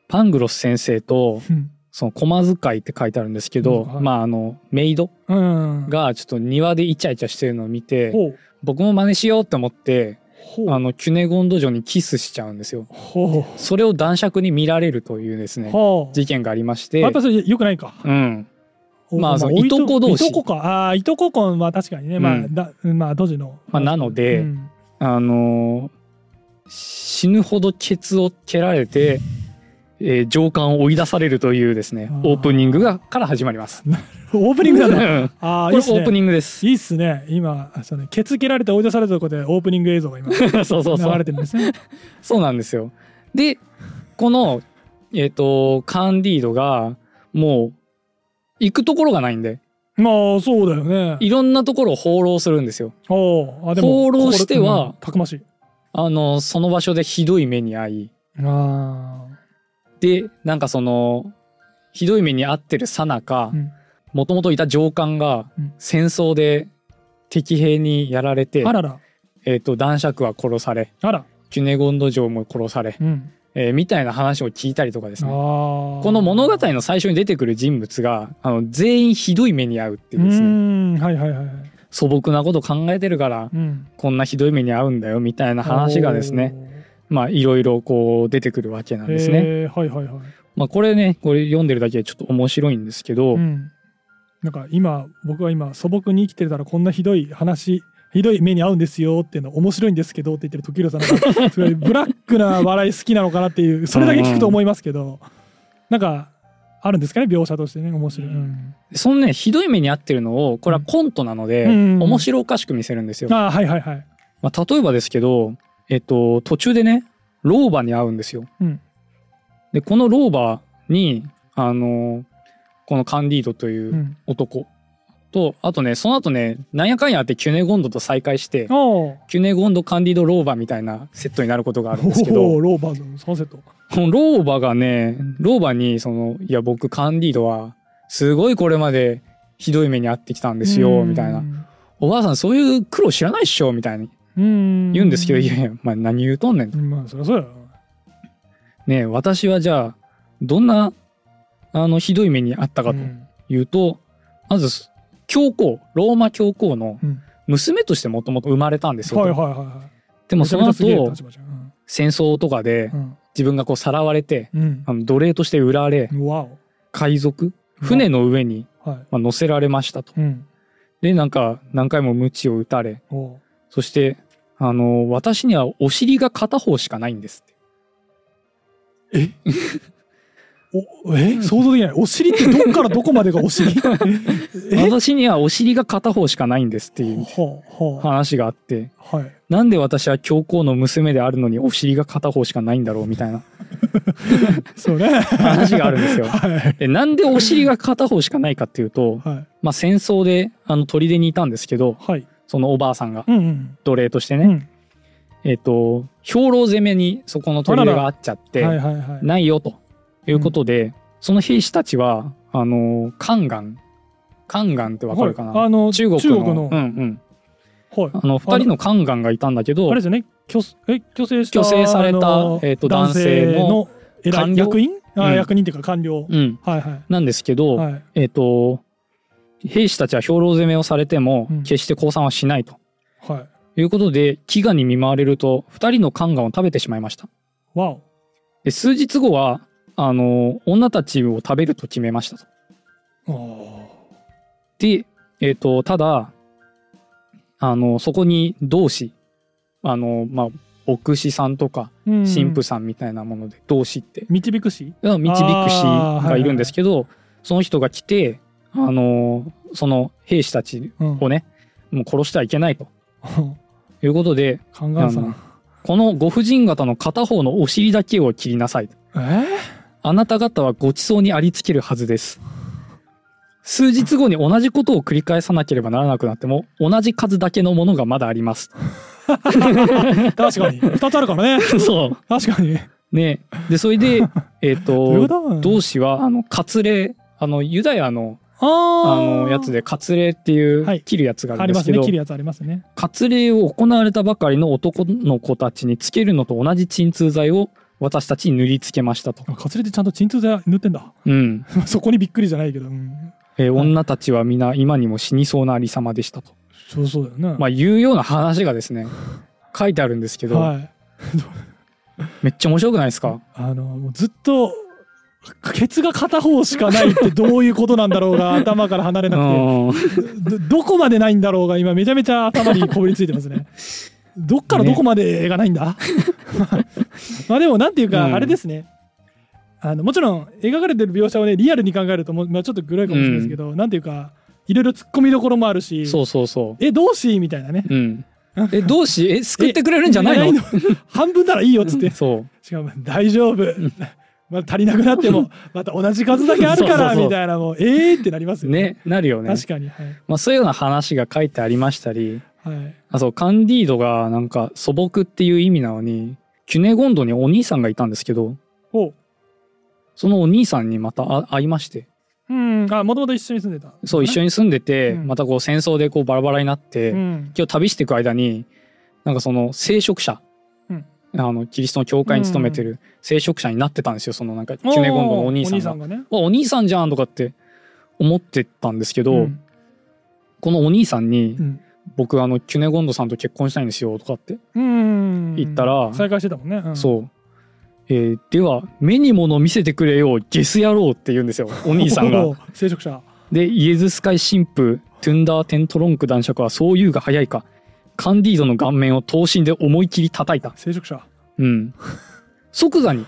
A: パングロス先生と
B: うん
A: その駒遣いって書いてあるんですけど、
B: うんはい
A: まああのメイド
B: うん。
A: がちょっと庭でイチャイチャしてるのを見て
B: ほう。
A: 僕も真似しようって思って
B: ほう。
A: あのキュネゴンド城にキスしちゃうんですよ。
B: ほ
A: それを男爵に見られるというです
B: う。
A: ね
B: ほう。
A: 事件がありまし
B: あ
A: て
B: やっぱそれ良くないか。
A: うん
B: お
A: まあその
B: お
A: いとこ同士
B: いとこか。ああー、いとこ婚は確かにね。
A: う
B: まあ、
A: ん
B: だまあ、当時の。
A: まあなので
B: うん
A: あのー死ぬほどケツを蹴られて、えー上官を追い出されるというですね
B: あー
A: オープニングがから始まります。
B: オープニングなんだ。
A: うん
B: あ
A: こ
B: あ、い
A: れ
B: い
A: オ
B: っすね
A: ープニングです。
B: いいっすね。今、そのケツ蹴られて追い出されたとこでオープニング映像が今流
A: そうそうそ
B: れ
A: う。
B: てるんですね。
A: そうなんですよ。でこのえっ、とカンディードがもう行くところがないんで
B: まあそうだよね。
A: いろんなところを放浪するんですよ。
B: おあで
A: 放浪しては
B: 心うんたくましい。
A: あのその場所でひどい目に遭い
B: あ
A: でなんかそのひどい目に遭ってるさなか
B: あ、うん
A: もともといた上官が
B: うん
A: 戦争で敵兵にやられて、
B: あらら
A: えー、と男爵は殺され
B: あら。
A: キュネゴンド城も殺され、
B: うん。
A: えーみたいな話を聞いたりとかで
B: あ
A: す
B: あ
A: ねこの物語の最初に出てくる人物があの全員ひどい目に遭うって
B: う
A: いうですね
B: ーんはいはいはいはい。
A: 素朴なこと考えてるから
B: うん。
A: こんなひどい目に遭うんだよみたいな話がですねまあいろいろこう出てくるわけな
B: お
A: ん
B: ー。
A: ですね。
B: へーはいはいはい。
A: まあこれねこれ読んでるだけでちょっと面白いんですけど、
B: うん。なんか今僕は今素朴に生きてたらこんなひどい話。ひどい目に遭うんですよっていうの面白いんですけどって言ってる時浦さん がすごいブラックな笑い好きなのかなっていうそれだけ聞くと思いますけどなんかあるんですかね描写としてね面白い、うん
A: そのねひどい目に遭ってるのをこれはコントなので、
B: うん
A: 面白おかしく見せるんですよ。
B: ああはいはいはい
A: まあ、例えばですけど、えっと、途中でね老婆に会うんですよ。
B: うん
A: でこの老婆にあのこのカンディードといううん男とあとねその後ねなんやかんやあってキュネゴンドと再会して
B: おー
A: キュネゴンドカンディード老婆みたいなセットになることがあるんですけど。
B: おーローバーのサンセット
A: この老婆がね老婆にその「いや僕カンディードはすごいこれまでひどい目に遭ってきたんですよ」みたいな「おばあさんそういう苦労知らないっしょ」みたいに
B: うん
A: 言うんですけど「いやいや、まあ、何言うとんねん」と
B: まあそりゃそうやろ
A: ねえ私はじゃあどんなあのひどい目に遭ったかと
B: うん
A: いうと、まず教皇ローマ教皇の
B: うん
A: 娘としてもともと生まれたんですよ、
B: はいはいはいはい。
A: でもその
B: めちゃめちゃすげえ
A: 後
B: 立場じゃん
A: 戦争とかで
B: うん
A: 自分がこうさらわれて
B: うん
A: あの奴隷として売られ
B: うん。わお。
A: 海賊船の上に
B: は
A: まあ乗せられましたと
B: い。うん。
A: でなんか何回も鞭を打たれ
B: おう
A: そしてあの私にはお尻が片方しかないんですって
B: おえ想像できない。お尻ってどっからどこまでが お尻え
A: 私にはお尻が片方しかないんですっていう
B: はあは
A: 話があって
B: あ。はい。
A: なんで私は教皇の娘であるのにお尻が片方しかないんだろうみたいな
B: そうね。
A: 話があるんです よ。
B: はい。
A: でなんでお尻が片方しかないかっていうと、
B: はい。
A: まあ、戦争であの砦にいたんですけど
B: はい。
A: そのおばあさんが
B: うんうん。
A: 奴隷として
B: う
A: ね、
B: ん。
A: えっ、と兵糧攻めにそこの砦
B: あらら
A: があっちゃって
B: はいはいはい。
A: ないよということで、その兵士たちはあのカンガンカンガンってわかるかな、
B: はいあの、
A: 中国の
B: 中国の
A: うんうん、
B: はい。
A: あの2人のカンガンがいたんだけど
B: あれですよね。虚勢え虚勢した
A: 虚勢された
B: あの
A: えーと男性の
B: 偉い
A: 官僚
B: 役員あ
A: うん
B: 役人っていうか官僚。
A: うん、
B: はいは
A: なんですけ
B: い。
A: ど、
B: はい。
A: えっ、と兵士たちは兵糧攻めをされても
B: うん
A: 決して降参はしないと。
B: はい。
A: ということで飢餓に見舞われると2人のカンガンを食べてしまいました
B: わお。
A: で数日後はあの女たちを食べると決めましたと
B: あー
A: で、えー、とただあのそこに同志あのまあ牧師さんとか
B: うんうん
A: 神父さんみたいなもので同志って、
B: 導くし
A: 導く士がいるんですけど、その人が来てあのその兵士たち
B: うん。
A: をねもう殺してはいけない ということで
B: カンガンさ
A: あの
B: ん。
A: このご婦人方の片方のお尻だけを切りなさい
B: え ー
A: あなた方はご馳走にありつけるはずです。数日後に同じことを繰り返さなければならなくなっても、同じ数だけのものがまだあります。
B: 確かに。二つあるからね。
A: そ
B: 確かに。
A: う。ね。で、それ で、えっ、と、同志は、あの、カツレ、あの、ユダヤの、
B: あ
A: あ
B: ー
A: の、やつで、カツレっていう、
B: はい
A: 切るやつがある
B: あ
A: ん
B: り
A: で
B: ますす
A: け
B: ね。
A: ど、
B: 切るやつありますね。
A: 割礼を行われたばかりの男の子たちにつけるのと同じ鎮痛剤を私たちに塗りつけましたと。
B: あカツレでちゃんと鎮痛剤塗ってんだ。
A: うん。
B: そこにびっくりじゃないけど。うん
A: えー
B: はい
A: 女たちは皆今にも死にそうなありさまでしたと、
B: そうそうだよ ね。
A: まあ、いうような話がです ね書いてあるんですけど、
B: はい。
A: めっちゃ面白くないですか
B: あのもうずっとケツが片方しかないってどういうことなんだろうが頭から離れ
A: う
B: なく
A: ん
B: てどどこまでないんだろうが今めちゃめちゃ頭にこびりついてま すね。どっからどこまでがないんだ、 まあでもなんていう
A: うん
B: かあれですね、あのもちろん描かれてる描写をねリアルに考えるともう、まあ、ちょっとグロいかもしれないですけど、なんていうかいろいろ突っ込みどころもあるし
A: そうそうそ
B: えどうしみたいなね
A: ううんえどうしえ救ってくれるんじゃないの
B: いの 半分ならいいよっつって
A: そう
B: しかも大丈夫、まあ足りなくなってもまた同じ数だけあるか
A: そうそう
B: ら
A: そう
B: みたいなもうええってなりますよね
A: ねなるよね
B: 確かにはい、
A: まあ、そういうような話が書いてありましたり
B: はい、
A: あそうカンディードがなんか素朴っていう意味なのにキュネゴンドにお兄さんがいたんですけど
B: おう
A: そのお兄さんにまたあ会いまして
B: うんあもともと一緒に住んでた
A: そう一緒に住んでて、
B: うん
A: またこう戦争でこうバラバラになって、
B: うん
A: 今日旅していく間になんかその聖職者、
B: うん
A: あのキリストの教会に勤めてる聖職者になってたんですよそのなんかキュネゴンドのお兄さんが。
B: おがね
A: わお兄さんじゃんとかって思ってたんですけど、
B: うん
A: このお兄さんに
B: うん
A: 「僕あのキュネゴンドさんと結婚したいんですよ」とかって、
B: うん
A: 行ったら
B: 再会してたもんね、うん
A: そう。えーでは目に物見せてくれよゲス野郎って言うんです よお兄さんが
B: お。う聖職者
A: でイエズス会神父トゥンダー・テントロンク男爵はそう言うが早いかカンディードの顔面を刀身で思い切り叩いた
B: 聖職者
A: うん。即座に、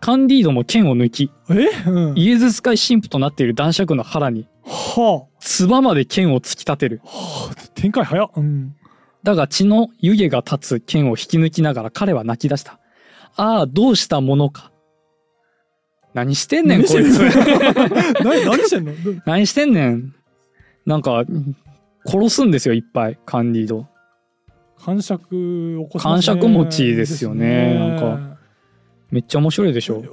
A: カンディードも剣を抜き、
B: え、うん、
A: イエズス会神父となっている男爵の腹に、
B: は
A: 唾まで剣を突き立てる
B: あ。はあ展開早っ、うん、
A: だが血の湯気が立つ剣を引き抜きながら彼は泣き出した。ああ、どうしたものか。何してんねん、こ
B: 何して
A: い
B: ん
A: つ。
B: 何何してんのど
A: 何してんねん。なんか、殺すんですよ、いっぱい、カンディード。
B: 感触を起こし
A: 感
B: ますね
A: 触持ちですよね
B: です
A: なんめっちゃ面白いで しょ。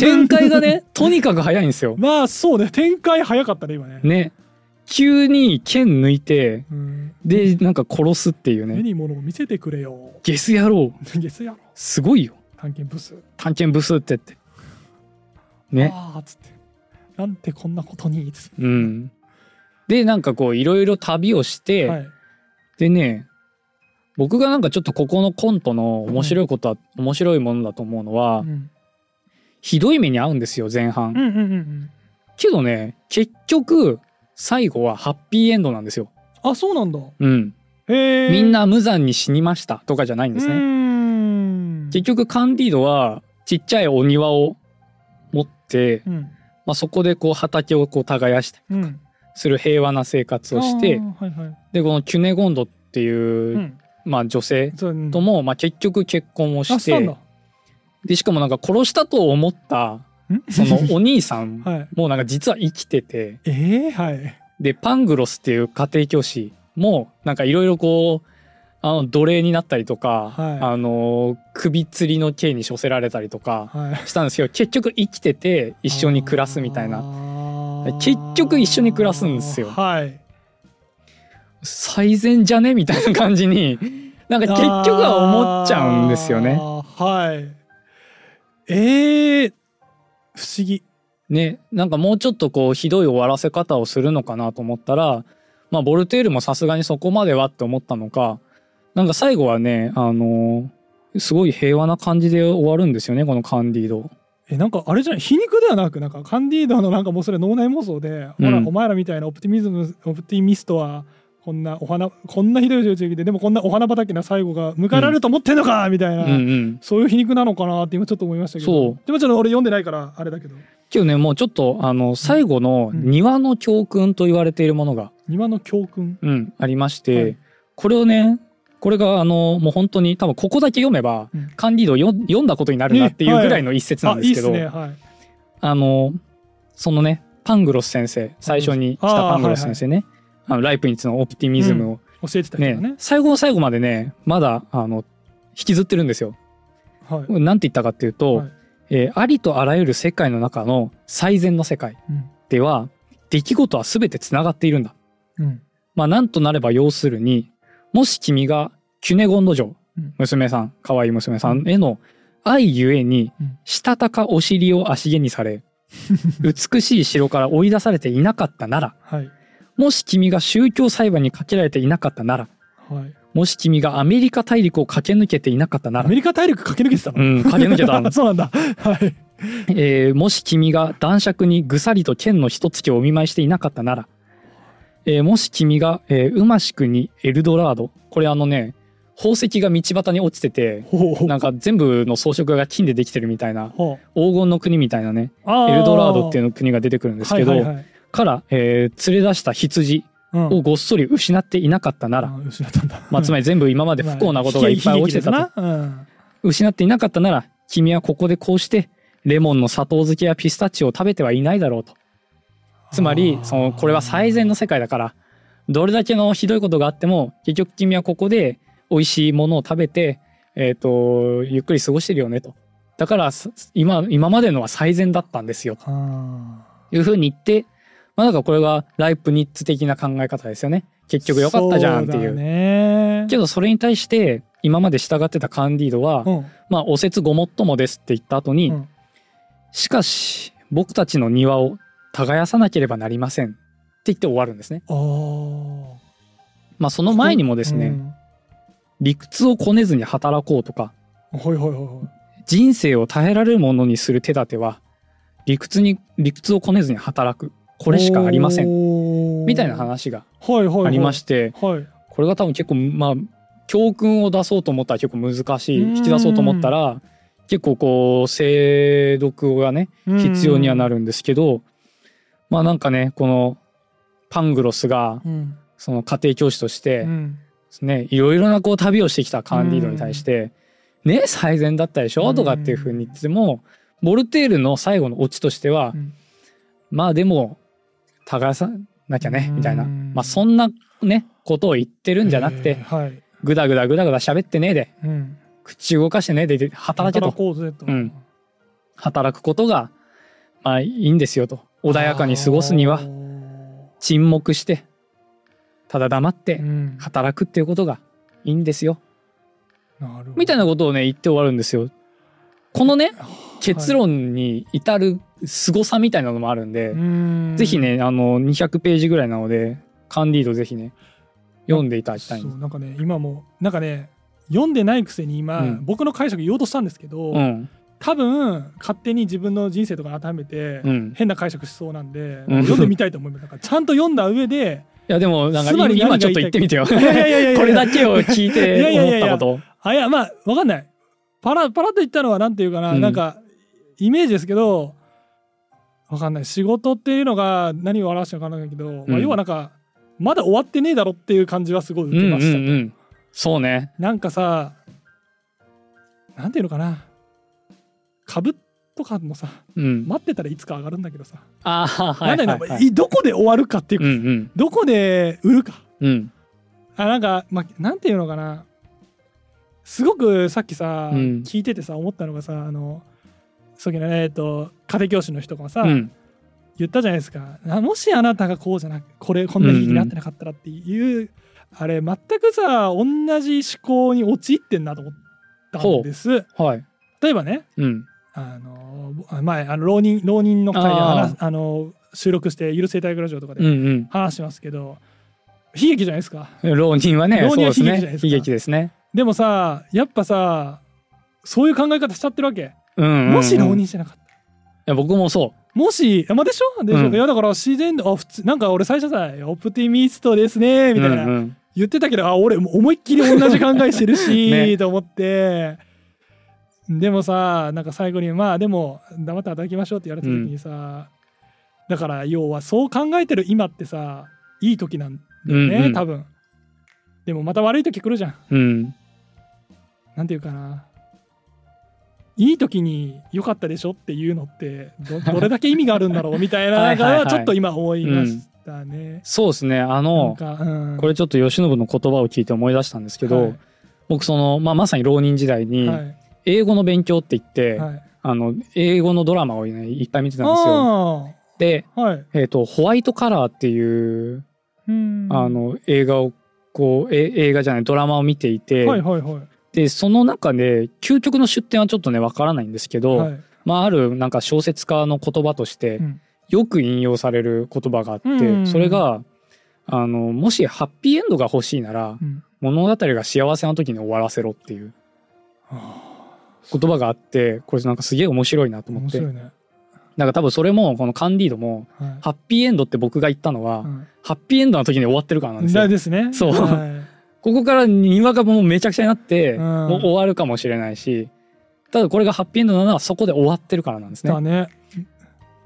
A: 展開がね、とにかく早いんですよ。
B: まあそうね展開早かったね今ね
A: ね。急に剣抜いて、
B: うん、
A: でなんか殺すっていう
B: 目
A: ね
B: に物を見せてくれよ
A: ゲス野郎
B: ゲスやろ
A: すごいよ
B: 探検ブス
A: 探検ブスってってね
B: ああっつってなんてこんなことにつって
A: うんでなんかこういろいろ旅をして、
B: はい
A: でね僕がなんかちょっとここのコントの面白いことは、面白いものだと思うのは、
B: うん
A: ひどい目に遭うんですよ前半、
B: うんうんうんうん
A: けどね結局最後はハッピーエンドなんですよ、
B: あそうなんだ
A: うん、
B: へえ
A: みんな無残に死にましたとかじゃないんですね、
B: うーん
A: 結局カンディードはちっちゃいお庭を持って、
B: うん
A: まあ、そこでこう畑をこう耕したり
B: うん
A: する平和な生活をし
B: あ
A: て
B: ーはいはい
A: でこのキュネゴンドっていう、
B: うん
A: まあ、女性
B: そううん
A: とも、まあ、結局結婚を
B: あ
A: し
B: したん
A: て
B: だ
A: でしかもなんか殺したと思 った
B: ん
A: その お兄さん
B: はい
A: もうなんか実は生きてて
B: えーはい
A: でパングロスっていう家庭教師もなんかいろいろこうあの奴隷になったりとか、
B: はい
A: あの首吊りの刑に処せられたりとか
B: はい
A: したんですけど結局生きてて一緒に暮らすみたいな
B: な
A: 結局一緒に暮らすんですよ
B: はい
A: 最善じゃねみたいな感じになんか結局は思っちゃうんですよね。
B: あーはいえー、不思議
A: ねなんかもうちょっとこうひどい終わらせ方をするのかなと思ったらまあボルテールもさすがにそこまではって思ったのかなんか最後はねあのすごい平和な感じで終わるんですよねこのカンディード。
B: えなんかあれじゃない皮肉ではなくなんかカンディードのなんかもうそれ脳内妄想で、
A: うん
B: ほらお前らみたいなオプティミズムオプティミストはこんなお花こんなひどい状況ででもこんなお花畑な最後が迎えられると思ってんのか、みたい
A: うん
B: な、
A: うん、
B: そういう皮肉なのかなって今ちょっと思いましたけど
A: そう
B: でもちょっと俺読んでないからあれだけど
A: けどねもうちょっとあの最後の庭の教訓と言われているものが、
B: 庭の教訓
A: うん、ありまして、
B: はい
A: これをねこれがあのもう本当に多分ここだけ読めば、
B: うん
A: カンディードを読読んだことになるなっていうぐらいの一節な
B: あ
A: んで
B: いい
A: すけ
B: っす
A: ど、
B: ねはい
A: あのそのねパングロス先生最初に来たパングロス先生ねあ、のライプニッツのオプティミズムを
B: 教えてた
A: ね,、
B: 人がね
A: 最後の最後までねまだあの引きずってるんですよ。
B: はい、
A: なんて言ったかっていうと、
B: はい
A: えーありとあらゆる世界の中の最善の世界
B: うん
A: では出来事は全てつながっているんだ。
B: うん
A: まあ、なんとなれば要するにもし君がキュネゴンド城、
B: うん
A: 娘さん可愛い娘さんへの愛ゆえに
B: うん
A: したたかお尻を足毛にさ れ美しい城から追い出されていなかったなら
B: はい
A: もし君が宗教裁判にかけられていなかったなら
B: はい
A: もし君がアメリカ大陸を駆け抜けていなかったな
B: ア
A: ら
B: メ、リカ大陸駆け抜けてた
A: う
B: の、
A: ん、駆け抜けたの
B: そうなんだはい
A: えーもし君が男爵にぐさりと剣の一突きをお見舞いしていなかったなら、えーもし君が、えーうましくにエルドラードこれあのね宝石が道端に落ちてて
B: ほうほう
A: なんか全部の装飾が金でできてるみたいな
B: ほう
A: 黄金の国みたいなね
B: あ
A: エルドラードっていう
B: う
A: の国が出てくるんですけど、
B: はいはいはい
A: から、えー連れ出した羊
B: うん
A: をごっそり失っていなかったなら、
B: あ失ったんだ。
A: まあ、つまり全部今まで不幸なことがいっぱい落ちてたと
B: 悲劇ですなうん
A: 失っていなかったなら君はここでこうしてレモンの砂糖漬けやピスタチオを食べてはいないだろうとつまり
B: あー
A: そのこれは最善の世界だからどれだけのひどいことがあっても結局君はここで美味しいものを食べて、えー、とゆっくり過ごしてるよねとだからす今今までのは最善だったんですよと
B: あ
A: いうふうに言って、まあ、なんかこれはライプニッツ的な考え方ですよね
B: ー
A: 結局良かったじゃんっていう
B: そだね
A: けどそれに対して今まで従ってたカンディードは、
B: うん
A: まあ、お説ごもっともですって言った後に、
B: うん
A: しかし、僕たちの庭を耕さなければなりませんって言って終わるんですね。
B: あー
A: まあ、その前にもですね、理屈をこねずに働こうとか、
B: うんほいほいほいほい
A: 人生を耐えられるものにする手立ては、理屈に、理屈をこねずに働く。これしかありません。
B: ん
A: みたいな話が
B: はいはいはい
A: ありまして、
B: はい
A: これが多分結構、まあ、教訓を出そうと思ったら結構難しい。引き出そうと思ったら、結構こう、精読がね、必要にはな
B: る
A: るんですけど、まあなんかねこのパングロスが
B: うん
A: その家庭教師とし
B: う
A: て、
B: ん
A: ねいろいろなこう旅をしてきたカンディードに対して「ね最善だったでしょ?」とかっていうふうに言ってても、ボルテールの最後のオチとしては、
B: うん
A: まあでも耕さなきゃねみたいな、
B: うん
A: まあそんなねことを言ってるんじゃなく
B: え
A: て
B: ーはい
A: グダグダグダグダ喋ってねえで
B: うん
A: 口動かしてねえで働けと
B: こうぜと
A: うん働くことがまあいいんですよと穏やかに過ごすには
B: あー
A: 沈黙してただ黙っ
B: う
A: て
B: ん
A: 働くっていうことがいいんですよ
B: なるほど
A: みたいなことをね言って終わるんですよこのね結論に至る凄さみたいなのもあるんで、ぜひねあの200ページぐらいなのでカンディードぜひね読んでいただきたいん
B: そ
A: です
B: うなんかね今もなんかね読んでないくせに今、
A: うん
B: 僕の解釈言おうとしたんですけど、
A: うん
B: 多分勝手に自分の人生とか当てはめて、
A: うん
B: 変な解釈しそうなんで、
A: うん
B: 読んでみたいと思いますなんかちゃんと読んだ上で
A: いやでもなんか
B: つまり何が
A: 今ちょっと言ってみてよ こ
B: いやいやいやいやいや
A: れだけを聞いて思ったこと
B: あいやまあわかんないパラパラと言ったのはなんていうかな、
A: うん
B: なんかイメージですけどわかんない仕事っていうのが何を表してるのかわかんないけど、
A: う
B: まあ、
A: ん
B: 要はなんかまだ終わってねえだろっていう感じはすごい受
A: う
B: け
A: んう
B: ま
A: ん
B: した、
A: うんそうね
B: なんかさなんていうのかな株とかもさ
A: うん
B: 待ってたらいつか上がるんだけどさ、
A: ああはいはい
B: なんだよ
A: は
B: ないいどこで終わるかっていう
A: う
B: か、
A: んうん
B: どこで売るか
A: うん
B: あなんか、まあ、なんていうのかなすごくさっきさ、
A: うん
B: 聞いててさ思ったのがさあのそういうのねえっと家庭教師の人がさ、
A: うん
B: 言ったじゃないですかなもしあなたがこうじゃなくこれこんな日になってなかったらっていう、あれ全くさ同じ思考に陥ってんなと思ったんです
A: はい
B: 例えばね
A: うん
B: あのぼ前あの浪人浪人の会で
A: あ
B: 話
A: ー
B: あの収録して「ゆる生態学ラジオ」とか
A: う
B: で
A: ん
B: 話してますけど、悲劇じゃないですか
A: うん浪人はね
B: 浪人は
A: そう
B: 悲劇じゃない
A: で
B: です
A: ね
B: すか
A: 悲劇ですね
B: でもさやっぱさそういう考え方しちゃってるわけ、
A: うんうんうん
B: もし浪
A: い
B: 人してなかった
A: や僕もそ
B: もしあまあでしょでしょ、
A: うん
B: いやだから自然であ普通なんか俺最初さオプティミストですね
A: う
B: みたいな、
A: うんうん
B: 言ってたけどあ俺もう思いっきり同じ考えしてる し、
A: ね
B: と思ってでもさなんか最後にまあでも黙って働きましょうって言われた時にさ、だから要はそう考えてる今ってさいい時なんだよね、
A: うんうん
B: 多分でもまた悪い時来るじゃん
A: うん
B: なんていうかないい時に良かったでしょっていうのって どどれだけ意味があるんだろうみたい
A: は
B: な
A: は
B: い
A: いはい
B: のはちょっと今思いましたね。
A: そうですねあ
B: なん
A: の
B: かうん
A: これちょっと慶喜の言葉を聞いて思い出したんですけど、
B: はい
A: 僕その、まあ、まさに浪人時代に
B: はい
A: 英語の勉強って言って、
B: はい
A: あの英語のドラマをねいっぱい見てたんですよ。
B: あ
A: で、
B: ーはい
A: えー、とホワイトカラーっていう、
B: うん
A: あの映画をこうえ映画じゃないドラマを見ていて、
B: はいはいはい
A: でその中で究極の出典はちょっとねわからないんですけど、
B: はい
A: まあ、あるなんか小説家の言葉として
B: うん
A: よく引用される言葉があって、
B: うん
A: それがあのもしハッピーエンドが欲しいなら
B: うん
A: 物語が幸せな時に終わらせろっていう言葉があってこれなんかすげえ面白いなと思
B: 面
A: って
B: 白いね。
A: なんか多分それもこのカンディードも
B: はい
A: ハッピーエンドって僕が言ったのは、
B: うん
A: ハッピーエンドの時に終わってるからなんです
B: だ
A: よ。
B: ですね。
A: そう
B: は
A: ここから庭がもうめちゃくちゃになって、
B: うん
A: もう終わるかもしれないし、ただこれがハッピーエンドなのはそこで終わってるからなんです
B: い
A: ね
B: だ。ね。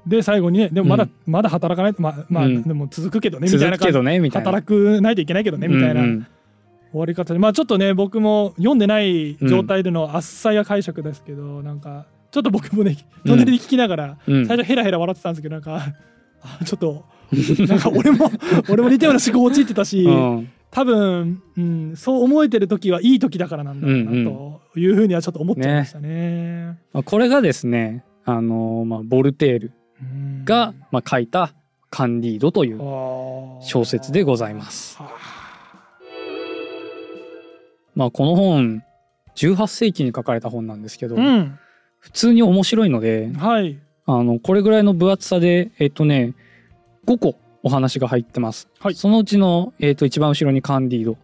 B: で最後にねでもまだまだ働かないまあまあ
A: う
B: で
A: ん
B: も続くけどねみたい
A: 続
B: な
A: くけ
B: 感じ
A: どねみたいな。
B: 働くないといけないけどねみたいな
A: うんうん
B: 終わり方でまあちょっとね僕も読んでない状態でのあっさりは解釈ですけど、なんかちょっと僕もね
A: うん
B: 隣で聞きながら、
A: うん
B: 最初ヘラヘラ笑ってたんですけどなんかあちょっとなんか 俺も俺も似たような思考陥ってたし、
A: うん
B: 多分、うん、そう思えてる時はいい時だからなんだろうなというふうにはちょっと思っちゃいましたね。
A: まあこれがですね、あのーまあ、ボルテール
B: うん。
A: が、まあ、書いたカンディードという小説でございますす。
B: は
A: まあ、この本18世紀に書かれた本なんですけど、
B: あうん、
A: 普通に面白いので、
B: はい、
A: あのこれぐらいの分厚さでえっとね5個お話が入ってます、
B: はい
A: そのうちの、えっと一番後ろにカンディード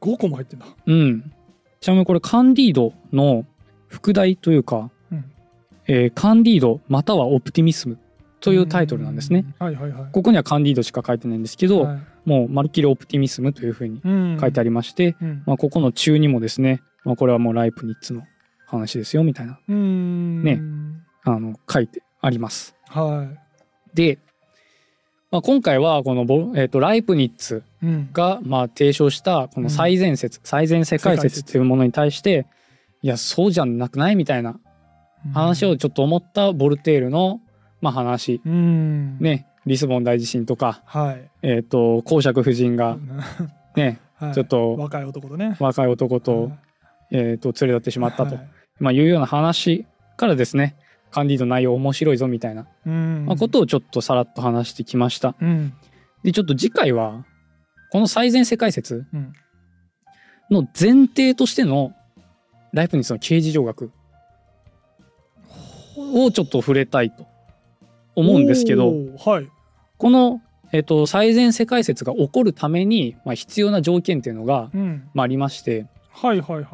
B: 5個も入ってんだ。
A: うんちなみにこれカンディードの副題というか、
B: うん
A: えーカンディードまたはオプティミスムというタイトルなんですね、
B: うん。はいはいはい。
A: ここにはカンディードしか書いてないんですけど、
B: はい
A: もうまるっきりオプティミスムというふうに書いてあ
B: り、
A: りまして、
B: うん
A: まあ、ここの中にもですね、まあ、これはもうライプニッツの話ですよみたいな
B: うん
A: ねあの書いてあります
B: は
A: で、まあ、今回はこのボ、えー、とライプニッツ
B: い。うん。
A: がまあ提唱したこの最前説、最前世界説っていうものに対していやそうじゃなくないみたいな話をちょっと思ったボルテールのまあ話、
B: うん。。
A: ねリスボン大地震とか、
B: はい。
A: えー、と公爵夫人がね、
B: はい
A: ちょっと
B: 若い男とね。
A: 若い男と,、えー、と連れ立ってしまったと、
B: はい。
A: まあ、いうような話からですねカンディード内容面白いぞみたいな、
B: うん。
A: まあ、ことをちょっとさらっと話してきました。
B: うん。
A: でちょっと次回はこの最善世界説
B: うん。
A: の前提としてのライプニッツの刑事上学をちょっと触れたいと思うんですけど、
B: おーはい
A: この、えっと、最善世界説が起こるために、まあ、必要な条件っていうのが、
B: うん、
A: まあ、ありまして、
B: はいはいはい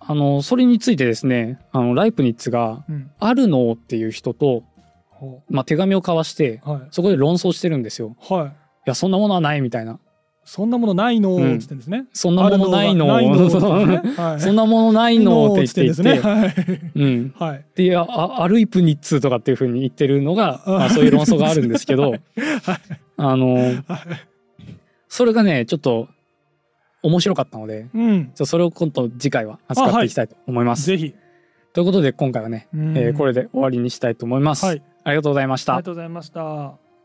A: あの、それについてですね、あの、ライプニッツが、
B: うん
A: アルノーっていう人と、
B: ほ
A: まあ、手紙を交わして、
B: うはい
A: そこで論争してるんですよ。
B: はい
A: いや、そんなものはないみたいな。
B: そんなものないの
A: うん
B: ーっつってんですね、
A: そんなものないの。
B: あるがないのーっつっ
A: そ
B: てんですねは
A: う
B: い
A: そんなものないの って言っていて、
B: ないの ーっつってんですね
A: うん。
B: はいはい
A: で、ああアルイプニッツとかっていうふうに言ってるのが、
B: あ
A: まあ、そういう論争があるんですけ ど、あの、
B: はい
A: それがね、ちょっと面白かったので、
B: うん
A: じゃあそれを今度次回は扱っていきたいと思います。
B: ぜひ、
A: ということで今回はね、
B: うん
A: えーこれで終わりにしたいと思います。
B: はい
A: ありがとうございまし
B: あ
A: た
B: りが。とうございました